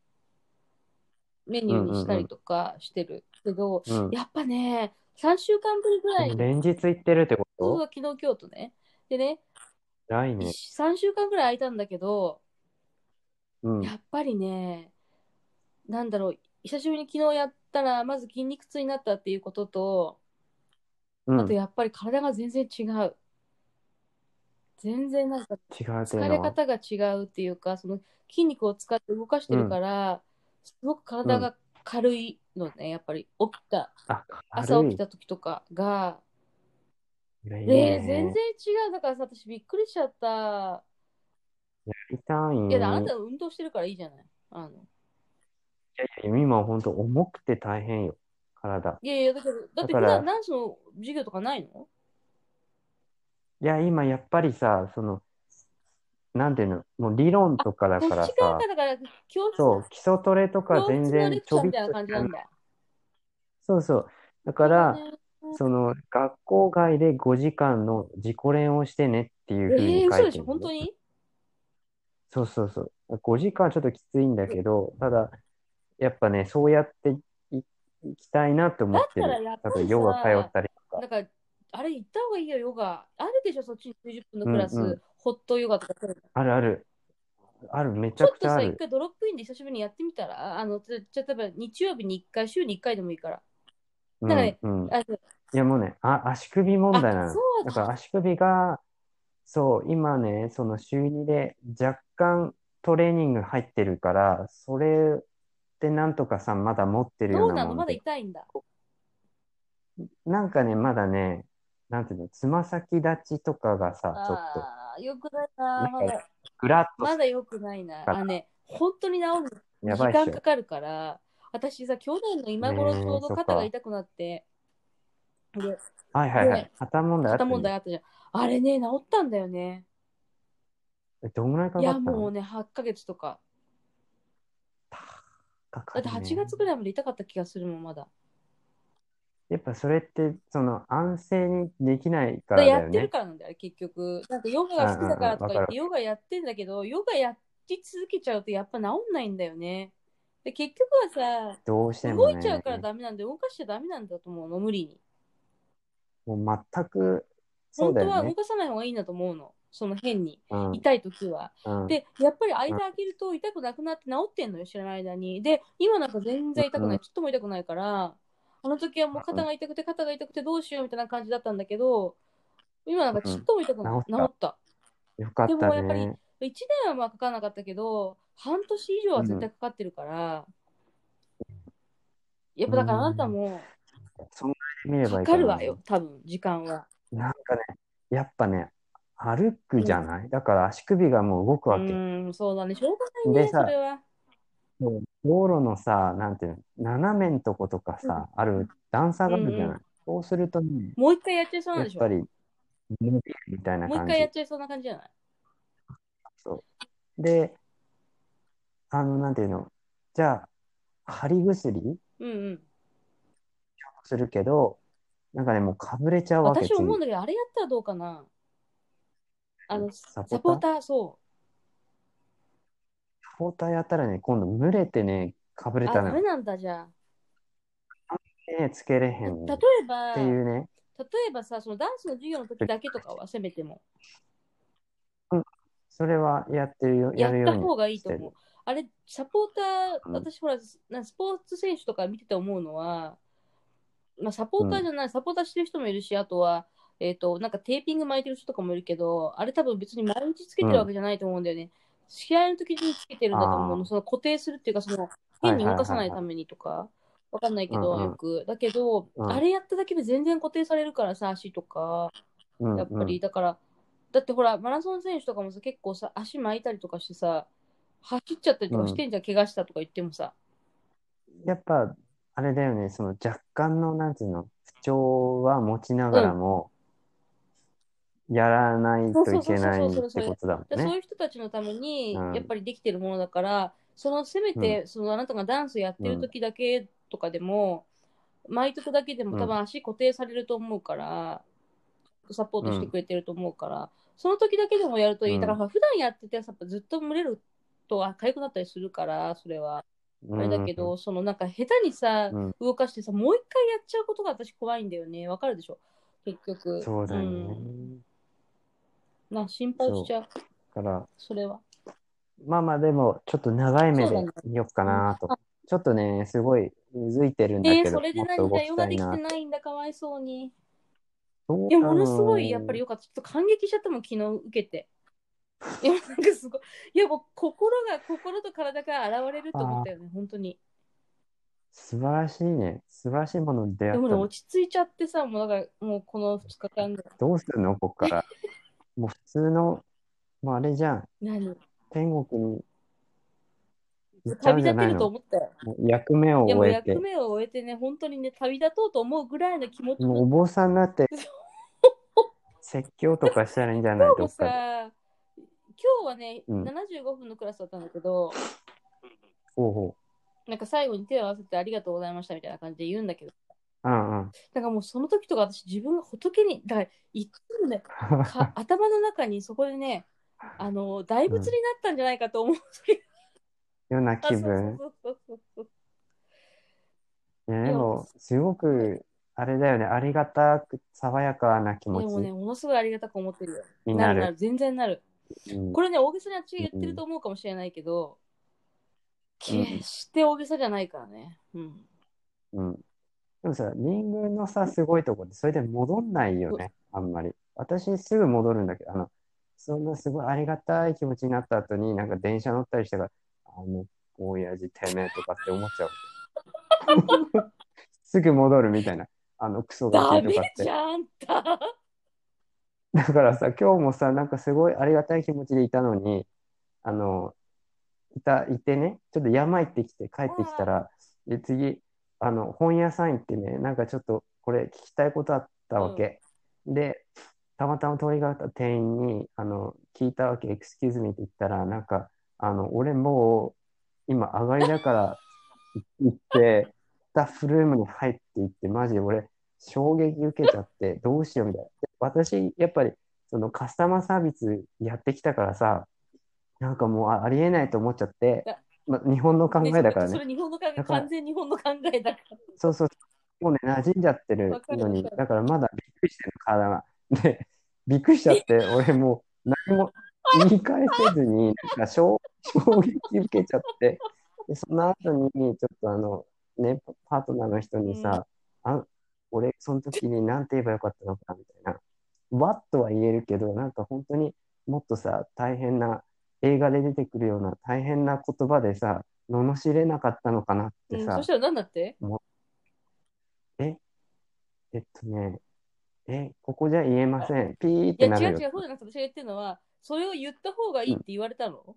S1: メニューにしたりとかしてるけど、
S2: うん。
S1: やっぱね、3週間ぶりぐらいに、
S2: 連日行ってるってこ
S1: そうは
S2: と
S1: 昨日今日とね、でね、
S2: 偉いね。
S1: 3週間ぐらい空いたんだけど、
S2: うん。
S1: やっぱりね、なんだろう、久しぶりに昨日やったら、まず筋肉痛になったっていうことと、
S2: う
S1: あ
S2: ん。
S1: と
S2: 違う
S1: やっぱり体が全然違う。全然なんか
S2: っていう
S1: 疲れ
S2: のは。
S1: 方が違うっていうか、その筋肉を使って動かしてるから、すごく体が軽いのね、やっぱり起きた、
S2: あ、
S1: 朝起き
S2: た。
S1: た時とかが、
S2: ね
S1: ねえ全然違う。だからさ、私びっくりしちゃった。
S2: 痛い
S1: いや、あ
S2: よ
S1: なた運動してるからいいじゃない。あの
S2: いや今本当重くて大変よ。体。
S1: いやいや、だけど、だって
S2: だ
S1: 普
S2: から
S1: 段ダンスの授業とかないの
S2: いや、今やっぱりさ、その、なんていうの、もう理論とかだ
S1: こっち
S2: から
S1: 側
S2: さ
S1: が、だから、教室
S2: そう、基礎トレとか
S1: 教
S2: 全
S1: 室のレ
S2: 然
S1: ク
S2: ち
S1: チャ
S2: ょ
S1: ー
S2: び
S1: み
S2: った
S1: いな
S2: と
S1: 感
S2: し
S1: じな
S2: かなんい。
S1: だ。
S2: そうそう。だから、
S1: そうだね
S2: その、学校外で5時間の自己練をしてねっていうふう
S1: え
S2: に
S1: えー、
S2: 書い
S1: 嘘
S2: て
S1: で
S2: る
S1: しょ
S2: よ
S1: 本当に
S2: そうそうそう。5時間はちょっときついんだけど、ただ、やっぱね、そうやってい、いきたいなと思って
S1: だった
S2: る。
S1: らやっ
S2: あ
S1: ぱ
S2: と、
S1: りさ
S2: ヨガ通ったりとか。
S1: なんか、あれ行った方がいいよ、ヨガ。あるでしょ、そっちに90分のクラス、
S2: うんうん
S1: ホットヨガとか。
S2: あるある。ある、めち
S1: ちょ
S2: ゃく
S1: っ
S2: ち
S1: と
S2: ゃあ
S1: さ、一
S2: る。
S1: 回ドロップインで久しぶりにやってみたら、あの、ちょ例えば日曜日に1回、週に1回でもいいから。
S2: うん、
S1: なんかね
S2: うん。
S1: あの
S2: いやもうね、あ、足首問題な
S1: あ
S2: の。
S1: そうだ
S2: だから足首が、そう、今ね、その週2で若干トレーニング入ってるから、それってなんとかさ、まだ持ってるよ
S1: ど
S2: う
S1: うな
S2: な
S1: の
S2: も
S1: ま
S2: ん
S1: だ
S2: で。
S1: 痛いんだ。
S2: なんかね、まだね、なんていうの、つま先立ちとかがさ、ちょっと、
S1: ああ、よくないな
S2: なんか
S1: まだ、
S2: ぐらっと
S1: まだよくないな。あのね、本当に治る
S2: や
S1: の
S2: ばい
S1: 時
S2: っし
S1: 間かかるから、私さ、去年の今頃
S2: ねえ
S1: ちょうど
S2: そっか
S1: 肩が痛くなって、で
S2: ょ。はいはいはい
S1: ね。
S2: 肩問題あった
S1: 肩
S2: ね
S1: 問題あったじゃん。あれね、治ったんだよね。
S2: えどんぐらいか
S1: い
S2: か
S1: や、
S2: った
S1: もう
S2: の
S1: ね、8ヶ月とか。
S2: かか
S1: だっ
S2: る
S1: て
S2: ね
S1: 8月ぐらいまで痛かった気がするもん、まだ。
S2: やっぱそれって、その安静にできない
S1: だか
S2: か
S1: らら
S2: だ
S1: や
S2: よ
S1: ってる
S2: ね。
S1: からなんだよ、結局。なんかヨガが好きだからとか言って、ヨガやってんだけど、ヨガやり続けちゃうとやっぱ治んないんだよね。で、結局はさ、
S2: どうして
S1: 動
S2: もね。
S1: いちゃうからダメなんで、動かしちゃダメなんだと思うの、無理に。
S2: もう全く、そう
S1: 本
S2: だ
S1: 当は
S2: よ
S1: 動
S2: ね。
S1: かさない方がいいんだと思うの、その変に。
S2: うん、
S1: 痛い時は。
S2: うん、
S1: で、やっぱり間開けると痛くなくなって治ってんのよ、知らない間に。で、今なんか全然痛くな
S2: うん
S1: い、ちょっとも痛くないから、あの時はもう肩が痛くて肩が痛くてどうしようみたいな感じだったんだけど、今なんかちっとも痛くない、
S2: うん
S1: 治
S2: 治
S1: った。
S2: よかっ
S1: で
S2: た
S1: もやっぱり
S2: ね。
S1: 1年はまあかからなかったけど、半年以上は絶対かかってるから、やっぱだからあなたも
S2: そんなに見れば
S1: か
S2: いい
S1: かる
S2: な
S1: わよ、多分時間は。
S2: なんかね、やっぱね、歩くじゃない、だから足首がもう動く
S1: う
S2: わけ。
S1: ん、そうだね、しょうがないね、
S2: でさ
S1: それは。
S2: そう道路のさ、なんていうの、斜めんとことかさ、ある段差があるじゃ
S1: うんう
S2: ない、そうするとね、
S1: もう一回やっちゃいそうな
S2: や
S1: ん
S2: っ
S1: でしょ
S2: ぱ。り、伸びるみたいな
S1: もう一
S2: 感じ
S1: 回や。っちゃいそうな感じじゃない
S2: そうで、あの、なんていうの、じゃあ、貼り薬
S1: うんうん。
S2: するけど、なんかね、もうかぶれちゃうわけ。
S1: 私思うんだけど、あれやったらどうかなあの、サ
S2: サポーター
S1: ポーター、そ
S2: 次包帯やったらね、今度蒸れてね、かぶ
S1: う。
S2: れ
S1: あ、
S2: た
S1: ダ
S2: の
S1: メ。なんだ、じゃあ。
S2: ね、つけれへ
S1: 例
S2: ん。っ
S1: えば、
S2: ていうね。
S1: 例えばさ、そのダンスの授業の時だけとかはせめても、
S2: それはやってるよ、
S1: や
S2: や
S1: っ
S2: るよ
S1: た
S2: うに
S1: 方がいいと
S2: して
S1: 思う
S2: る。
S1: あれ、サポーター、
S2: うん
S1: 私ほら、なスポーツ選手とか見てて思うのは、まあ、サポーターじゃない、サポーターしてる人もいるし、あとは、えっ、と、なんかテーピング巻いてる人とかもいるけど、あれ多分別に毎日つけてるわけじゃないと思うんだよね。試合の時につけてるんだと思う
S2: あ
S1: の。
S2: ー
S1: その固定するっていうか、その、変に動かさないためにとか、わかんないけど、
S2: うんうん
S1: よく。だけど、
S2: うん
S1: あれやっただけで全然固定されるからさ、足とか。
S2: うん
S1: やっぱり、だから、だってほら、マラソン選手とかもさ、結構さ、足巻いたりとかしてさ、走っちゃったりとかしてんじゃん、怪我したとか言ってもさ。
S2: うんやっぱ、あれだよね、その若干の、なんつうの、不調は持ちながらも、やらないといけない
S1: そうそ
S2: っ
S1: うそうそうそ
S2: て
S1: れ
S2: ことだも
S1: だか
S2: ん
S1: らそう
S2: ね。
S1: いう人たちのために、
S2: うん
S1: やっぱりできてるものだから、そのせめて、そのあなたがダンスやってる時だけとかでも、毎時だけでも多分足固定されると思うから、サポートしてくれてると思うから、その時だけでもやるといい。
S2: うん
S1: だからほら普段やっててさ、やっぱずっと蒸れると痒くなったりするから、それは。
S2: う
S1: あ
S2: ん
S1: れだけど、そのなんか下手にさ、
S2: うん
S1: 動かしてさ、もう一回やっちゃうことが私怖いんだよね。わかるでしょ結局。
S2: そうだよね。
S1: んな心配しちゃう、
S2: だから、
S1: それは。
S2: まあまあでも、ちょっと長い
S1: そ
S2: 目
S1: う
S2: で
S1: だね
S2: 見よっかなと。ちょっとね、すごいうずいてるんだ
S1: え
S2: け
S1: ー、
S2: ど、
S1: それで
S2: もっ
S1: 何
S2: と動
S1: だ、
S2: き
S1: ヨ
S2: た
S1: ガ
S2: い
S1: できて
S2: な。
S1: ないんだ、かわいそうに。
S2: どう
S1: いや、
S2: なの
S1: ものすごい、やっぱりよかった。ちょっと感激しちゃったもん、昨日受けて。いや、なんかすごい。いや、もう心が、心と体が現れると思ったよね、本当に。
S2: 素晴らしいね。素晴らしいものに出
S1: で
S2: 会った
S1: もね、
S2: の。
S1: 落ち着いちゃってさ、もうだから、もうこの2日間ぐらい。
S2: どうするのここ から。もう普通の、もうあれじゃん。
S1: 何
S2: 天国に行っちゃうん
S1: 旅
S2: じゃ
S1: 立
S2: な
S1: て
S2: い
S1: ると
S2: の
S1: 思ったよ。
S2: もう役目を
S1: いやもう
S2: 終えて。
S1: 役目を終えてね、本当にね、旅立とうと思うぐらいの気持ち
S2: もうお坊さんにな って、説教とかしたらいいんじゃない
S1: 今日
S2: ど
S1: も
S2: っかで。
S1: さ、今日はね、
S2: うん
S1: 75分のクラスだったんだけど、
S2: ほうほ
S1: なんか最後に手を合わせてありがとうございましたみたいな感じで言うんだけど、
S2: う。うんうん。
S1: なんかもうその時とか私自分が仏に、だからいつもね、 か頭の中にそこでね、あの、大仏になったんじゃないかと思う時
S2: ような気分。
S1: そうそうそうそう
S2: いや
S1: いや
S2: でも、すごく、あれだよね、ありがたく、爽やかな気
S1: い
S2: 持
S1: やもうね、
S2: ち
S1: ものすごいありがたく思ってるよ。
S2: にな
S1: な
S2: る。
S1: る、全然なる。
S2: うん
S1: これね、大げさに私が言ってると思うかもしれないけど、
S2: うん
S1: 決して大げさじゃないからね。うん。
S2: うん。でもさ、人間のさ、すごいとこって、それで戻んないよね、あんまり。私、すぐ戻るんだけど、あの、そんなすごいありがたい気持ちになった後に、なんか電車乗ったりしたから、あの、親父てめえとかって思っ ちゃう。すぐ戻るみたいな。あの、クソガ
S1: ダ
S2: キと
S1: メ
S2: かっ
S1: じ
S2: て。
S1: ゃんあんた。
S2: だからさ、今日もさ、なんかすごいありがたい気持ちでいたのに、あの、いた、いてね、ちょっと山行ってきて帰ってきたら、で、次、あの、本屋さん行ってね、なんかちょっとこれ聞きたいことあったわけ。で、たまたま通りがかった店員に、あの、聞いたわけ、エクスキューズミって言ったら、なんか、あの、俺もう、今上がりだから、 行って、スタッフルームに入っていって、マジで俺、衝撃受けちゃって、 どうしようみたいな。で私、やっぱり、そのカスタマーサービスやってきたからさ、なんかもうあありえないと思っちゃって
S1: だ、
S2: ま、日本の考えだから
S1: そ
S2: ね。
S1: れ日本の考え、
S2: だから
S1: 完全日本の考えだか
S2: そうそう。もうね、馴染んじゃって
S1: わ
S2: る
S1: かる
S2: のに、
S1: わかる
S2: だからまだびっくりしてる体が。で、 びっくりしちゃって、俺もう何も言い返せず に、なんか衝衝撃受けちゃって、でその後に、ちょっとあの、ね、パートナーの人にさ、あ、俺、その時に何て言えばよかったのかなみたいな。わっとは言えるけど、なんか本当にもっとさ、大変な、映画で出てくるような大変な言葉でさ、罵れなかったのかなっ
S1: う
S2: て
S1: ん、
S2: さ、
S1: そしたら何だって
S2: えっとね、え、ここじゃ言えません。ピー
S1: い
S2: っ
S1: や
S2: てな
S1: 違
S2: る
S1: う
S2: よ。
S1: 違う、そうじゃなくて私が言ってるのは、それを言った方がいいって言われたの、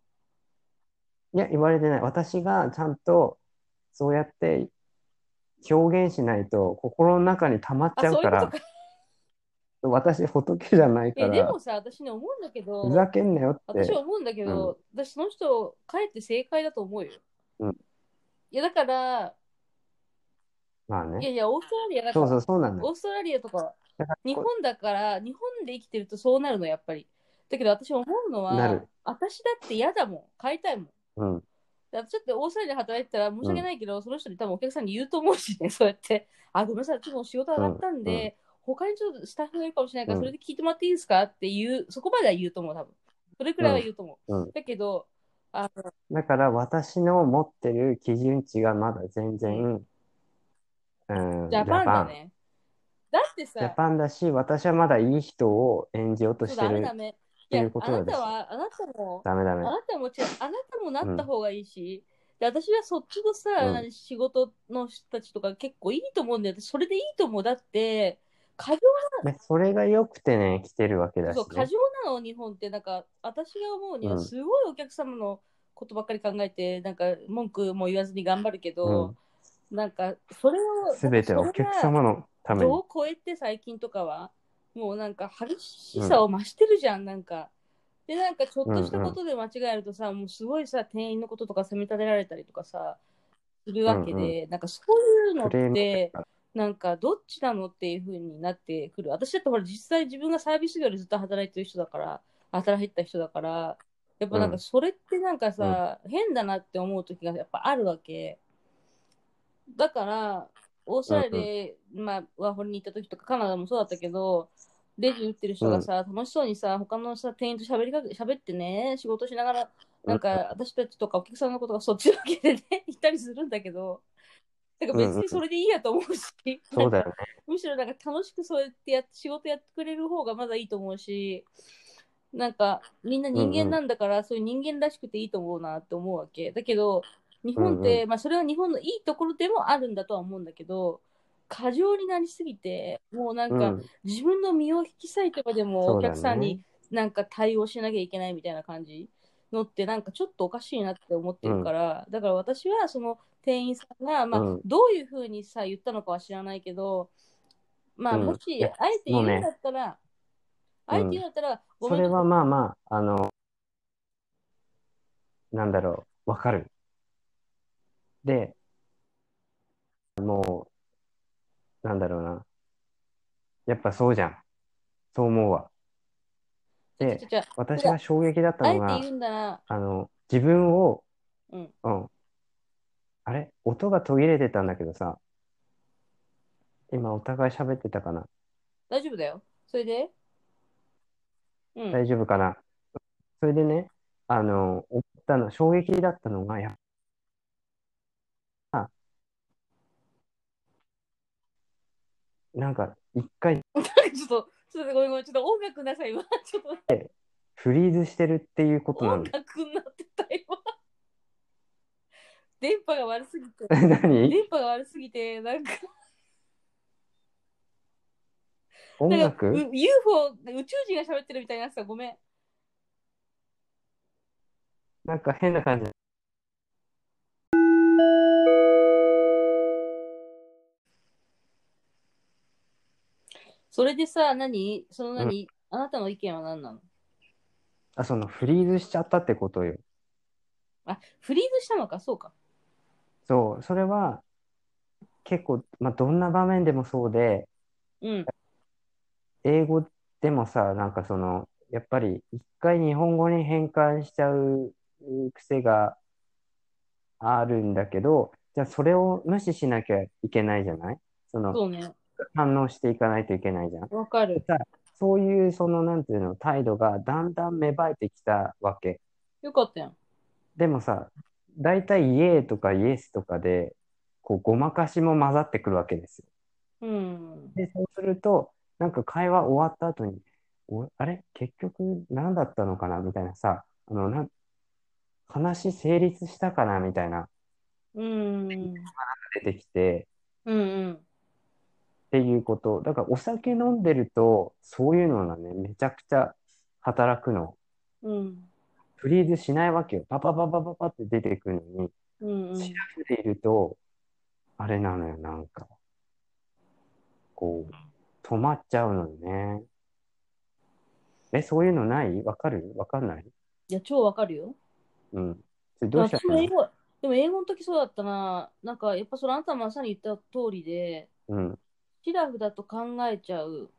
S2: いや、言われてない。私がちゃんとそうやって表現しないと心の中に溜まっちゃ
S1: あ、そううい
S2: か
S1: うこ
S2: ら
S1: と、か。
S2: 私仏じゃないか
S1: え、で
S2: ら
S1: も、さ、私ね、思うんだけど
S2: ふ、ざけんなよっ
S1: 私は
S2: て。
S1: 思うんだけど、私その人、かえって正解だと思うよ。
S2: うん
S1: いや、だから、
S2: まあ
S1: いや
S2: ね。
S1: いや、オーストラリアだか
S2: そう
S1: ら、
S2: そう、そうなんだよ。
S1: オーストラリアとか
S2: だから、
S1: 日本だから、日本で生きてるとそうなるの、やっぱり。だけど、私思うの
S2: な
S1: は
S2: る、
S1: 私だって嫌だもん。買いたいもん。
S2: うん。
S1: だってちょっと大騒ぎで働いてたら申し訳ないけど、その人に多分お客さんに言うと思うしね、そうやって、あ、ごめんなさい、ちょっとお仕事上がったん
S2: うんう
S1: で、他にちょっとスタッフがいるかもしれないから、
S2: うん
S1: それで聞いてもらっていいですかっていう、そこまでは言うと思う、多分それくらいは言うと思う。
S2: うんうん
S1: だけど、あの
S2: だから私の持ってる基準値がまだ全然、うん、
S1: ジャパンだ。ね。だって
S2: ジャ
S1: さ、
S2: パンだし、私はまだいい人を演じようと
S1: そう
S2: し
S1: だダメ
S2: てる
S1: ダ。メ。い
S2: て
S1: や
S2: いう、こと
S1: あ
S2: な
S1: な
S2: んです
S1: た
S2: よ
S1: は、あなたも、
S2: ダメダ
S1: あ
S2: メ。
S1: なたも違う、あなたもなった方がいいし、で私はそっちのさ、
S2: うん
S1: 何仕事の人たちとか結構いいと思うんだよ。私それでいいと思う。だって、過剰
S2: ね、それが良くてね、来てるわけだし
S1: そう、過
S2: ね。
S1: 剰なの、日本って、なんか、私が思うには、
S2: うん
S1: すごいお客様のことばっかり考えて、なんか、文句も言わずに頑張るけど、なんか、それを、
S2: すべてはお客様のために
S1: ど。う超えて、最近とかは、もうなんか、激しさを増してるじゃん、なんか。で、なんか、ちょっとしたことで間違えるとさ、もうすごいさ、店員のこととか責め立てられたりとかさ、するわけ
S2: うん
S1: で、なんか、そういうのっ
S2: クレーム
S1: て、
S2: が
S1: なんかどっちなのっていう風になってくる。私だってほら実際自分がサービス業でずっと働いてる人だから、働いてた人だから、やっぱなん
S2: う
S1: か
S2: ん
S1: それってなんかさ、変だなって思う時がやっぱあるわけ。だから、オーストラリアで、まあ、ワーホリに行った時とかカナダもそうだったけど、レジ打ってる人がさ、楽しそうにさ、他のさ、店員と喋りかけ、喋ってね、仕事しながら、なん
S2: うん
S1: か私たちとかお客さんのことがそっちのけでね、 行ったりするんだけど、なんか別にそれでいいやと思うし、
S2: そうだよね。
S1: むしろなんか楽しくそうやってやっ仕事やってくれる方がまだいいと思うし、なんかみんな人間なんだから、そういう人間らしくていいと思うなって思うわけ。だけど、日本って、
S2: うん
S1: まあそれは日本のいいところでもあるんだとは思うんだけど、過剰になりすぎて、もうなん
S2: う
S1: か、
S2: ん。
S1: 自分の身を引き裂いてまでも
S2: そ
S1: お
S2: うだね
S1: 客さんになんか対応しなきゃいけないみたいな感じのってなんかちょっとおかしいなって思ってるから、だから私はその店員さんが、まあ
S2: うん
S1: どういうふうにさ言ったのかは知らないけど、まあ
S2: うん
S1: も
S2: い
S1: し
S2: や
S1: あえて言うん
S2: もうね
S1: だったら、あえて言うんだったら、ご
S2: そ
S1: めん
S2: れ
S1: なさい
S2: はまあまあ、あの、なんだろう、わかる。で、もう、なんだろうな。やっぱそうじゃん。そう思うわ。で
S1: ちょちょちょ
S2: 私が衝撃だった
S1: あえ
S2: の
S1: て
S2: が
S1: 言、うんなら、
S2: あの、自分を、
S1: うん、
S2: うん。あれ音が途切れてたんだけどさ。今お互い喋ってたかな
S1: 大丈夫だよ。それで、うん、
S2: 大丈夫かなそれでね、あの、思ったの、衝撃だったのが、やっぱ、なんか、一回
S1: ちょっと、ちょっとごめんごめん、ちょっと音楽ください、今。 ちょっ
S2: フリーズしてるっていうこと
S1: と
S2: な
S1: 音
S2: の。
S1: 楽になってたよ。電波が悪すぎて。
S2: 何
S1: 電波が悪すぎて、なんか、
S2: 音
S1: なんか
S2: 楽
S1: う UFO、宇宙人が喋ってるみたいになってた。ごめん。
S2: なんか変な感じ。
S1: それでさ、何その何、あなたの意見は何なの
S2: あ、その、フリーズしちゃったってことよ。
S1: あ、フリーズしたのか、そうか。
S2: そう、それは、結構、まあ、どんな場面でもそうで、
S1: うん。
S2: 英語でもさ、なんかその、やっぱり一回日本語に変換しちゃう癖があるんだけど、じゃあそれを無視しなきゃいけないじゃないその、
S1: そうね。
S2: 反応していかないといけないじゃん。
S1: わかる。
S2: そういう、その、なんていうの、態度がだんだん芽生えてきたわけ。
S1: よかったやん。
S2: でもさ、大体イエーとかイエスとかで、こう、ごまかしも混ざってくるわけですよ。
S1: うん。
S2: で、そうすると、なんか会話終わった後に、おあれ結局何だったのかなみたいなさ、あの、なん、話成立したかなみたいな、
S1: うん。
S2: 出てきて、
S1: うんうん。
S2: っていうこと。だからお酒飲んでると、そういうのがね、めちゃくちゃ働くの。
S1: うん。
S2: フリーズしないわけよ。パパパパパパって出てくるのに、
S1: うんうん
S2: 調べていると、あれなのよ、なんか。こう、止まっちゃうのよね。え、そういうのないわかるわかんない
S1: いや、超わかるよ。
S2: うん。それどうした
S1: 私も
S2: らい
S1: 英
S2: い
S1: 語、でも英語の時そうだったな。なんか、やっぱそれあなたもまさに言った通りで、
S2: うん。
S1: シラフだと考えちゃう。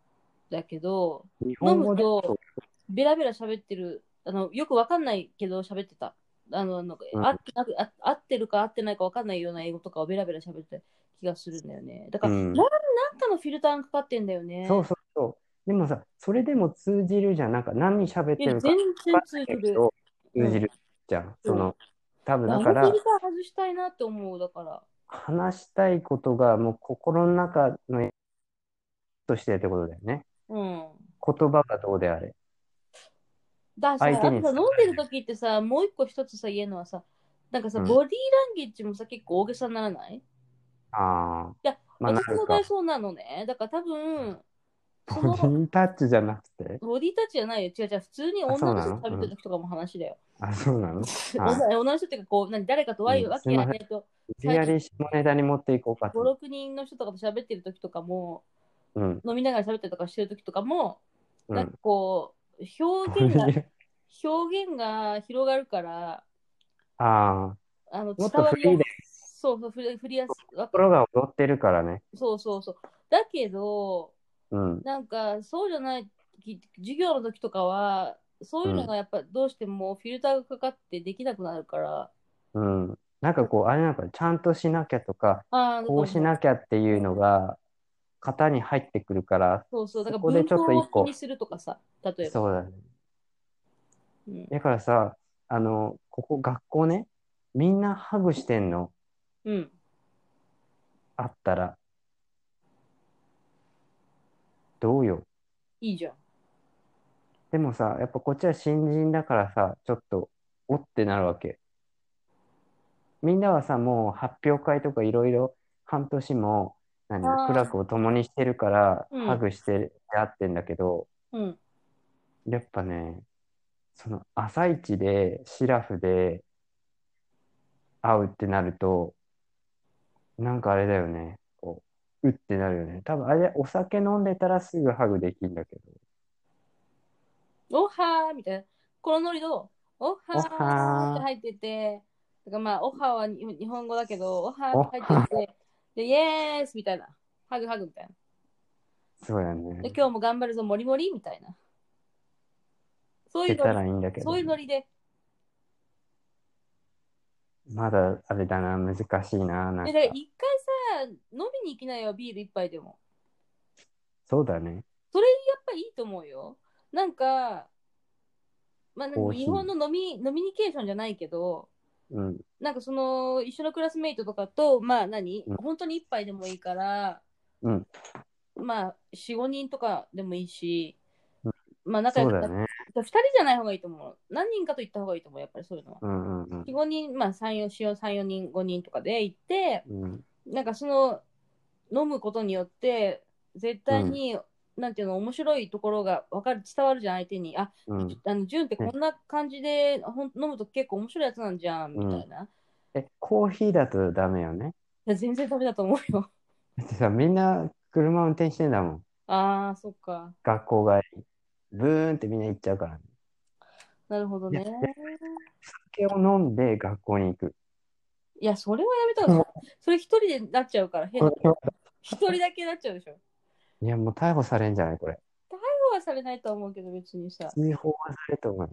S1: だけど、
S2: 日本語で
S1: 飲むとベラベラ喋ってる、あの、よくわかんないけど喋ってた。あの、なんか、
S2: うん
S1: 合ってなく、あ合ってるか合ってないかわかんないような英語とかをベラベラ喋ってた気がするんだよね。だから、
S2: うん
S1: なん、なんかのフィルターがかかってんだよね。
S2: そうそうそう。でもさ、それでも通じるじゃん。なんか何喋って
S1: いや
S2: るか
S1: 全然
S2: わかん
S1: 通
S2: ない
S1: じ
S2: け
S1: る。
S2: ど通じるじゃん。その、多分だ
S1: あのフ
S2: か
S1: ィルター、
S2: ら
S1: 外したいなって思う、だから。
S2: 話したいことがもう心の中のとしてってことだよね。
S1: うん。
S2: 言葉がどうであれ。
S1: だから
S2: 相
S1: さ、
S2: 手
S1: あ
S2: に
S1: とさ、
S2: 伝え
S1: 飲んでる時ってさ、もう一個一つさ、言えるのはさ、なんかさ、
S2: うん
S1: ボディーランゲージもさ、結構大げさにならない
S2: ああ。
S1: いや、
S2: まあ、な
S1: 私の
S2: る
S1: 場合
S2: か。
S1: そうなのね。だから多分、
S2: ボ
S1: そ
S2: ディ
S1: の、
S2: ータッチじゃなくて。
S1: ボディタッチじゃないよ。違う違う、普通に
S2: あそう
S1: 女の
S2: な
S1: 人
S2: の
S1: と食べてる時とかも話だよ。
S2: あ、そう なのはい
S1: 女女の人っていうか、こう、何、誰かとワイワキやねと、
S2: 無理やり下ネタに持っていこうか
S1: 5、
S2: と。
S1: 6人の人とかと喋ってる時とかも、
S2: うん。
S1: 飲みながら喋ったりとかしてる時とかも、
S2: う
S1: なんか
S2: ん。
S1: こう、表現が、表現が広がるから、
S2: ああ。
S1: あの、
S2: も
S1: 伝
S2: っと
S1: わ
S2: フ
S1: り
S2: リーで
S1: すそうそう、振り振りやすわ
S2: 心が踊ってるからね。
S1: そうそうそう。だけど、
S2: うん。
S1: なんか、そうじゃない、き授業の時とかは、そういうのがやっぱどうしてもフィルターがかかってできなくなるから、
S2: うん。なんかこう、あれなんか、ちゃんとしなきゃとか、
S1: ああ、
S2: こうしなきゃっていうのが、型に入ってくるから、
S1: そうそう、だから
S2: そこで
S1: 文
S2: ちょっと
S1: 法を
S2: 一
S1: 気
S2: 個
S1: にするとかさ、例えば。
S2: そうだね。
S1: うん
S2: だからさ、あの、ここ学校ね、みんなハグしてんの、
S1: うん。
S2: あったら。どうよ。
S1: いいじゃん。
S2: でもさ、やっぱこっちは新人だからさ、ちょっと、おってなるわけ。みんなはさ、もう発表会とかいろいろ、半年も、何、
S1: あー
S2: 苦楽を共にしてるから、
S1: うん
S2: ハグしてやってんだけど、
S1: うん。
S2: やっぱね、その朝一でシラフで会うってなると、なんかあれだよね、こう、うってなるよね。多分あれ、お酒飲んでたらすぐハグできるんだけど、
S1: おはーみたいな。このノリどうおはー
S2: おはー
S1: って入ってて、だからまあ、おはーはに日本語だけど、おはーって入ってて、で、イエースみたいな。ハグハグみたい
S2: そうや
S1: な。で、
S2: ね。
S1: 今日も頑張るぞ、もりもりみたいな。そうい
S2: 出
S1: う
S2: たら
S1: ノ
S2: いいんだけ
S1: リ、
S2: ど、
S1: そういうノリで。
S2: まだあれだな、難しいな、なん
S1: で、だ
S2: か
S1: から。一回さ、飲みに行きなよ、ビール一杯でも。
S2: そうだね。
S1: やっぱいいと思うよ。なんか、まあ、
S2: コーヒー
S1: 日本の飲み、飲みニケーションじゃないけど、
S2: うん、
S1: なんかその一緒のクラスメイトとかと、まあ何、
S2: うん
S1: 本当に一杯でもいいから、
S2: うん、
S1: まあ4、5人とかでもいいし
S2: う、
S1: まあ仲
S2: そ
S1: 良
S2: う
S1: くな
S2: だね。
S1: 2人じゃない方がいいと思う。何人かと行った方がいいと思う、やっぱりそういうのは。
S2: うん、うん、
S1: 4、5人、まあ3、4、4、3、4人、5人とかで行って、
S2: うん。うん
S1: なんかその飲むことによって、絶対に、なんていうの、面白いところが分かる、伝わるじゃん、相手に。あ、
S2: うん、
S1: あの、ジュンってこんな感じで、ほん飲むと結構面白いやつなんじゃん、みたいな。
S2: え、コーヒーだとダメよね。
S1: いや全然ダメだと思うよ。
S2: だってさ、みんな車運転してんだもん。
S1: ああ、そっか。
S2: 学校帰り。ブーンってみんな行っちゃうからね。
S1: なるほどね
S2: い。酒を飲んで学校に行く。
S1: いや、それはやめた方がそれ一人でなっちゃうから、変な一人だけなっちゃうでしょ。
S2: いや、もう逮捕されんじゃないこれ。
S1: そうはされないとは思うけど、別にさ。
S2: 追放はされると思う。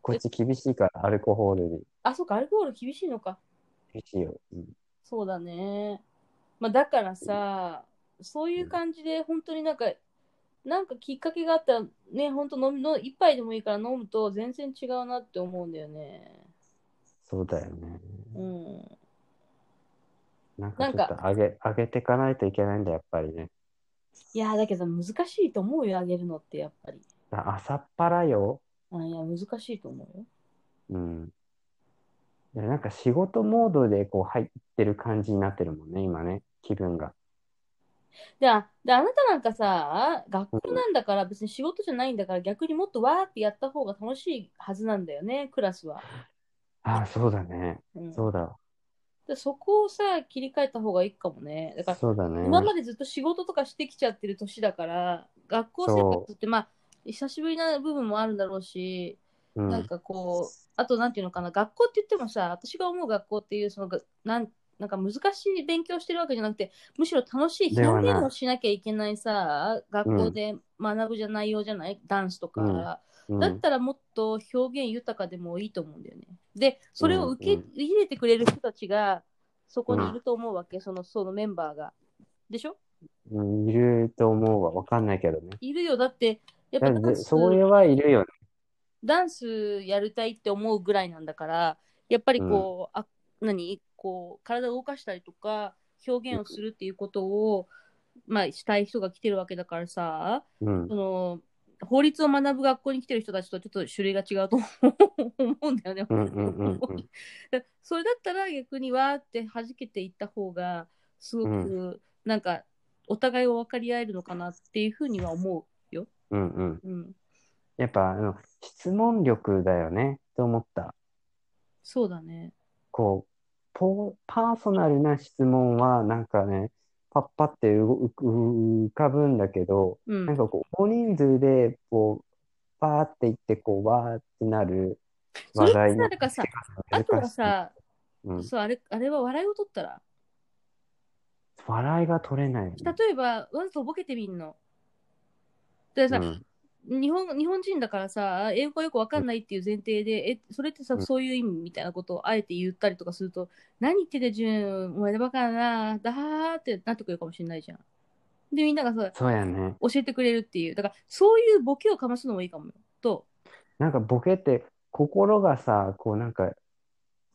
S2: こっち厳しいから、アルコホールで
S1: あ、そっか、アルコール厳しいのか。
S2: 厳しいよ。うん
S1: そうだね。まあ、だからさ、そういう感じで、本当になんか、なんかきっかけがあったら、ね、本当飲みの、一杯でもいいから飲むと全然違うなって思うんだよね。
S2: そうだよね。
S1: うん。
S2: なんかちょっと上げ、上げていかないといけないんだ、やっぱりね。
S1: いやーだけど難しいと思うよ、あげるのってやっぱり。
S2: あ朝っぱらよ。
S1: あいや、難しいと思うよ。
S2: うん。いやなんか仕事モードでこう入ってる感じになってるもんね、今ね、気分が。
S1: で、あであなたなんかさ、学校なんだから別に仕事じゃないんだから逆にもっとわーってやった方が楽しいはずなんだよね、クラスは。
S2: ああ、そうだね。
S1: うん、
S2: そうだ。
S1: でそこをさ、切り替えた方がいいかもね。だから
S2: そうだね。
S1: 今までずっと仕事とかしてきちゃってる年だから、学校生活ってまあ、久しぶりな部分もあるだろうし、
S2: うん、
S1: なんかこう、あとなんていうのかな、学校って言ってもさ、私が思う学校っていう、そのがなんなんか難しい勉強してるわけじゃなくて、むしろ楽しい
S2: ではない
S1: 表現をしなきゃいけないさ、学校で学ぶじゃ内容じゃない、ダンスとか、
S2: うん
S1: だったらもっと表現豊かでもいいと思うんだよね。で、それを受け、
S2: うんうん
S1: 入れてくれる人たちがそこにいると思うわけ、そのそのメンバーが。でしょ
S2: うんいると思うわ。わかんないけどね。
S1: いるよ、だって、やっ
S2: だ
S1: ぱ
S2: って
S1: ダンス
S2: それはいるよね。
S1: ダンスやりたいって思うぐらいなんだからやっぱりこう、あ何こう体を動かしたりとか表現をするっていうことを、まあ、したい人が来てるわけだからさ
S2: うん
S1: そ。の法律を学ぶ学校に来てる人たちとはちょっと種類が違うと思うんだよね。
S2: うんうんうんうん
S1: だそれだったら逆にわーって弾けていった方がすごく、なんかお互いを分かり合えるのかなっていうふうには思
S2: うんうん。
S1: う。うん、
S2: やっぱ、あの、質問力だよね、と思った。
S1: そうだね。
S2: こう、ポパーソナルな質問は、なんかね、パッパってうごう浮かぶんだけど、
S1: うん
S2: なんかこう、大人数で、こう、バーっていって、こう、わーってなる
S1: それっ
S2: 話
S1: て
S2: 題
S1: さ
S2: の
S1: だからさあ
S2: 難
S1: とは
S2: しい
S1: さ、
S2: うん、
S1: そうあれあれは笑いを取ったら
S2: 笑いが取れないよね。
S1: 例えばわざとボケてみんの。でさ、
S2: うん
S1: 日本日本人だからさ英語がよくわかんないっていう前提で、えそれってさ、
S2: うん
S1: そういう意味みたいなことをあえて言ったりとかすると何言っててジュンお前らバカだなだはーってなってくるかもしれないじゃん。でみんながさ
S2: そうやね。
S1: 教えてくれるっていうだからそういうボケをかますのもいいかもよと
S2: なんかボケって心がさ、こうなんか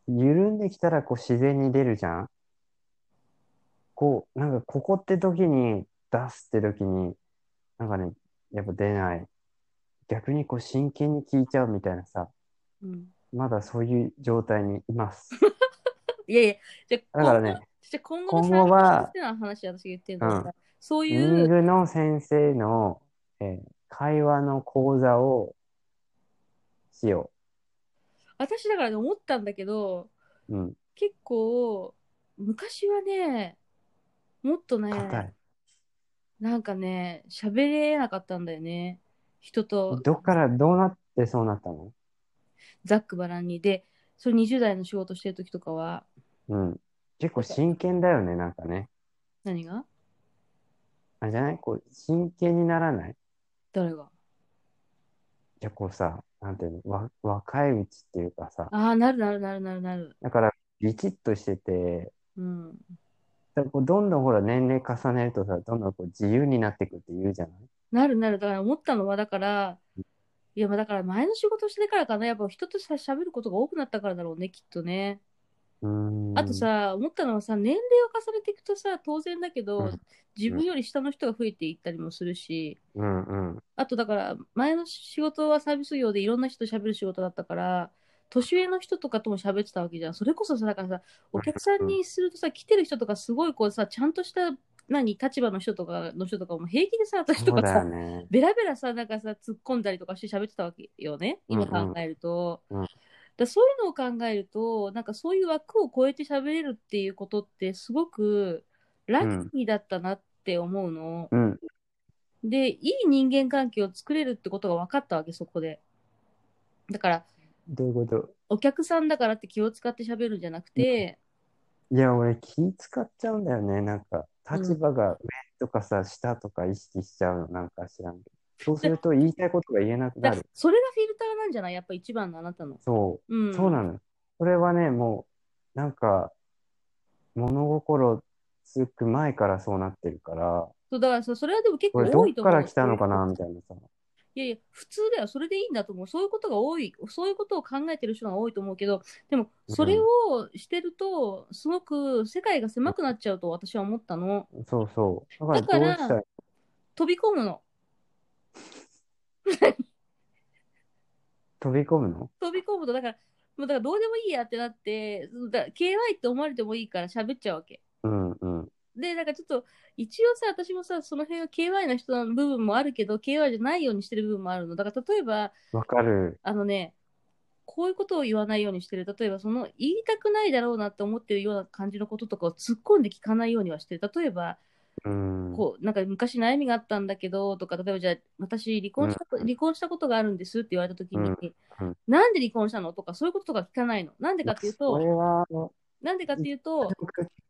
S2: 緩んできたらこう自然に出るじゃん。こう、なんかここって時に出すって時に、なんかね、やっぱ出ない。逆にこう真剣に聞いちゃうみたいなさ、
S1: うん、
S2: まだそういう状態にいます。
S1: いやいやじゃあ
S2: だからね、
S1: じゃあ今後の
S2: 今後は
S1: ってな話私が言ってるのはさ、
S2: う
S1: そう
S2: ミ
S1: い
S2: ー
S1: う
S2: グの先生の、えー会話の講座をしよ
S1: 私だからね思ったんだけど
S2: う。うん、
S1: 結構昔はねもっとね
S2: 硬い。
S1: なんかね喋れなかったんだよね人と
S2: どっからどうなってそうなったの
S1: ざっくばらんにでそれ20代の仕事してる時とかは
S2: うん。結構真剣だよね、なんかね。
S1: 何が
S2: あれじゃないこう、真剣にならない
S1: 誰が
S2: いや、こうさ、なんていうの、わ若いうちっていうかさ、
S1: ああなるなるなるなるなる
S2: だから、ビチッとしてて、
S1: うん
S2: だからこうどんどんほら、年齢重ねるとさ、どんどんこう自由になってくって言うじゃない
S1: なるなるだから思ったのはだからいやまあだから前の仕事してからかなやっぱ人とさ喋ることが多くなったからだろうねきっとね
S2: うーん。
S1: あと、さ、思ったのはさ、年齢を重ねていくとさ、当然だけど、
S2: うん
S1: 自分より下の人が増えていったりもするし、
S2: うんうん。
S1: あとだから、前の仕事はサービス業でいろんな人と喋る仕事だったから、年上の人とかとも喋ってたわけじゃん。それこそさ、だからさ、お客さんにするとさ、来てる人とかすごいこうさ、ちゃんとした、何、立場の人とか、の人とかも平気でさ、私と
S2: そう
S1: か
S2: だ
S1: さ
S2: よ、ね。
S1: ベラベラさ、なんかさ、突っ込んだりとかして喋ってたわけよね、今
S2: うんうん
S1: 考えると。
S2: うん
S1: だそういうのを考えると、なんかそういう枠を超えて喋れるっていうことって、すごくラッキーだったなって思うの。
S2: うん。
S1: で、いい人間関係を作れるってことが分かったわけ、そこで。だから、
S2: どういうこと
S1: お客さんだからって気を使って喋るんじゃなくて、
S2: いや、俺気使っちゃうんだよね。なんか、立場が上とかさ、下とか意識しちゃうの、なんか知らんけど。そうすると言いたいことが言えなくな
S1: だ
S2: る。
S1: それがフィルターなんじゃないやっぱ一番のあなたの。
S2: そう。
S1: うん。
S2: そうなのよ。それはね、もう、なんか、物心つく前からそうなってるから、
S1: そうだからさそれはでも結
S2: こ
S1: 構
S2: れど
S1: 多
S2: っ
S1: いと
S2: か
S1: 思う。
S2: ら来たのかなみたいなさ。
S1: いいやいや、普通ではそれでいいんだと思う。そういうことが多い、そういうことを考えてる人が多いと思うけど、でも、それをしてると、すごく世界が狭くなっちゃうと私は思ったの。
S2: そうそう。だ
S1: だ
S2: か
S1: から
S2: らどうしたら、
S1: 飛び込むの。
S2: 飛び込むの
S1: 飛び込むと、だから、もうだからどうでもいいやってなって、だ KY って思われてもいいから喋っちゃうわけ。
S2: うんうん。
S1: で、なんかちょっと、一応さ、私もさ、その辺は KY な人の部分もあるけど、KY じゃないようにしてる部分もあるの。だから、例えば、
S2: わかる。
S1: あのね、こういうことを言わないようにしてる。例えば、その、言いたくないだろうなって思ってるような感じのこととかを突っ込んで聞かないようにはしてる。例えば、
S2: うん。
S1: こう、なんか昔悩みがあったんだけど、とか、例えばじゃあ、私、離婚したこ、
S2: うん
S1: 離婚したことがあるんですって言われたときに、
S2: うんうん
S1: なんで離婚したのとか、そういうこととか聞かないの。なんでかっていう
S2: それ
S1: と、
S2: は、
S1: なんでかっていうと、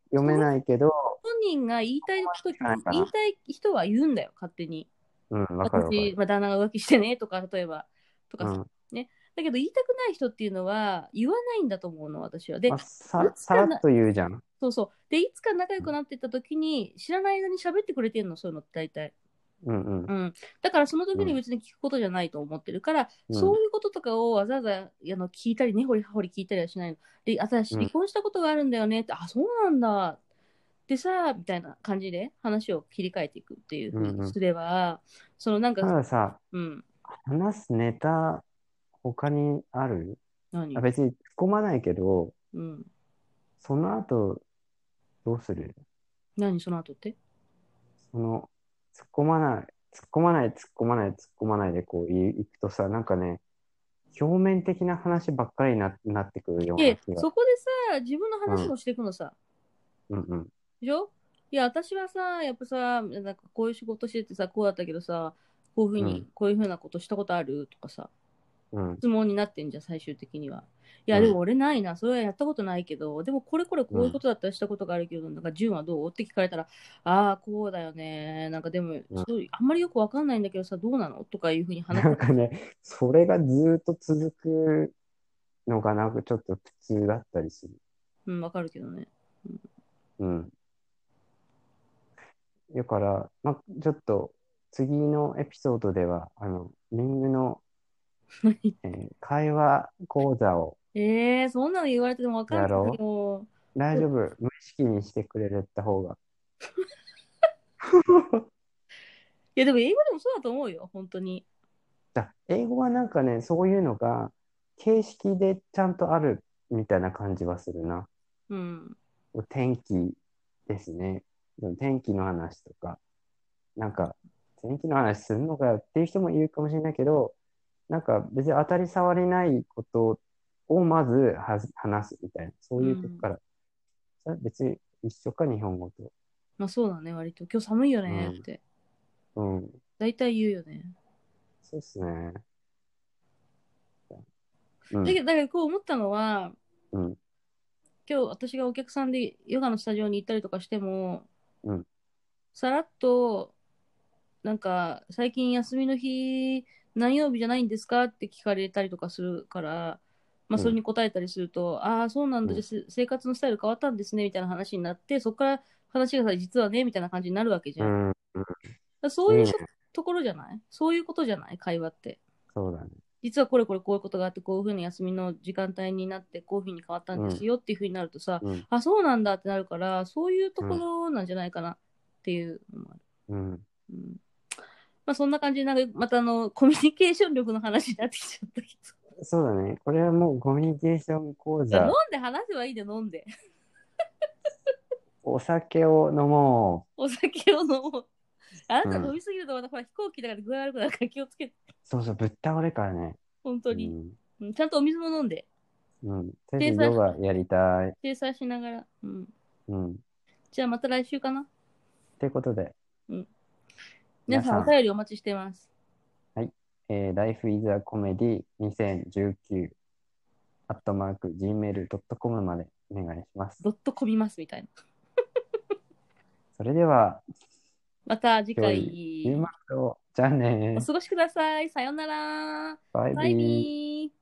S2: 読めないけど、
S1: 本人が言いたい人、
S2: かないかな
S1: 言いたい人は言うんだよ、勝手に。
S2: うん、わかるわか
S1: 私、
S2: る。
S1: まあ、旦那が浮気してねとか、例えば、とか
S2: う
S1: さ、
S2: ん
S1: だけど言いたくない人っていうのは言わないんだと思うの、私は。で
S2: まあ、、ささらっと言うじゃん。
S1: そうそう。で、いつか仲良くなっていった時に、知らない間に喋ってくれてるの、そういうのって大体。
S2: うんう
S1: う。
S2: ん
S1: ん。だからその時に別に聞くことじゃないと思ってるから、
S2: うん
S1: そういうこととかをわざわざあの聞いたり、ねほりはほり聞いたりはしないの。で、私、
S2: うん
S1: 離婚したことがあるんだよねって、あ、そうなんだ。でさ、みたいな感じで話を切り替えていくっていうふうにすれば、そのなん
S2: た
S1: か、
S2: ださ、
S1: うん、
S2: 話すネタ、他にある
S1: 何
S2: あ別に突っ込まないけど、
S1: うん。
S2: その後、どうする
S1: 何その後って
S2: その、突っ込まない、突っ込まない、突っ込まない、突っ込まないでこういいくとさ、なんかね、表面的な話ばっかりにななってくるような
S1: で
S2: 気、が。
S1: そこでさ、自分の話をしていくのさ。
S2: うんうん。
S1: でしょいや、私はさ、やっぱさ、なんかこういう仕事しててさ、こうだったけどさ、こういうふう
S2: う
S1: に、こういうふうなことしたことあるとかさ、
S2: うん。
S1: 質問になってんじゃん、最終的には。いや、
S2: うん
S1: でも俺ないな、それはやったことないけど、でもこれこれこういうことだったらしたことがあるけど、なんか、純はどうって聞かれたら、ああ、こうだよね、なんかでも、そうあんまりよくわかんないんだけどさ、どうなのとかいうふうに話
S2: なん
S1: す。
S2: かね、それがずーっと続くのがなんかちょっと苦痛だったりする。
S1: うん、わかるけどね。
S2: うん。だから、まあ、ちょっと次のエピソードでは、あの、リングの、えー会話講座を
S1: えー、そんなの言われてもわかんない
S2: や
S1: よ。
S2: 大丈夫、無意識にしてくれた方が。
S1: いや、でも英語でもそうだと思うよ、本当に。
S2: だ英語はなんかね、そういうのが形式でちゃんとあるみたいな感じはするな。
S1: うん。
S2: 天気ですね。天気の話とか、なんか、天気の話するのかよっていう人もいるかもしれないけど、なんか別に当たり障りないことをまずは話すみたいな、そういうとこから。それは別に一緒か、日本語と。
S1: まあそうだね、割と。今日寒いよね
S2: うん
S1: って、
S2: うん、
S1: 大体言うよね。
S2: そうですね。うん
S1: だけど、だからこう思ったのは、
S2: うん
S1: 今日私がお客さんでヨガのスタジオに行ったりとかしても、
S2: うん
S1: さらっと、なんか、最近休みの日、何曜日じゃないんですかって聞かれたりとかするから、まあ、それに答えたりすると、ああ、そうなんだ、
S2: うん
S1: じゃあ生活のスタイル変わったんですね、みたいな話になって、そこから話がさ、実はね、みたいな感じになるわけじ
S2: う
S1: ゃん。だか
S2: ん、
S1: らそういう
S2: ね
S1: ところじゃないそういうことじゃない会話って。
S2: そうだね。
S1: 実はこれこれこういうことがあってこういうふうに休みの時間帯になってこういうふうに変わったんですよっていうふうになるとさ、
S2: うん
S1: あそうなんだってなるからそういうところなんじゃないかなっていうのもある、
S2: うん、
S1: うんまあ、そんな感じでなんかまたあのコミュニケーション力の話になってきちゃったけ
S2: そうだね。これはもうコミュニケーション講
S1: ど飲
S2: 座
S1: ん。で話せばいいで飲んで
S2: お酒を飲も
S1: お酒を飲もうあなた
S2: うん
S1: 飲みすぎるとまたほら飛行機だから具合悪くなるから気をつけて
S2: う。そうそう、ぶっ倒れからね。
S1: 本当
S2: う
S1: に、
S2: ん。
S1: うん、ちゃんとお水も飲んで
S2: うん。とりあえずヨガやりたい。
S1: 制裁しながら、うん、
S2: うん。っ
S1: じゃあまた来週かな
S2: てことで、
S1: 皆さんお
S2: 皆さん
S1: 便りお待ちしてます
S2: えー、Life is a Comedy 2019アットマーク gmail.com までお願いします。
S1: どっと混みますみたいな。
S2: それでは、
S1: また次
S2: 今
S1: 回
S2: ユーマート、じゃあね
S1: お過ごしください。さようなら。
S2: バイ
S1: バイ
S2: ビー。
S1: ビー。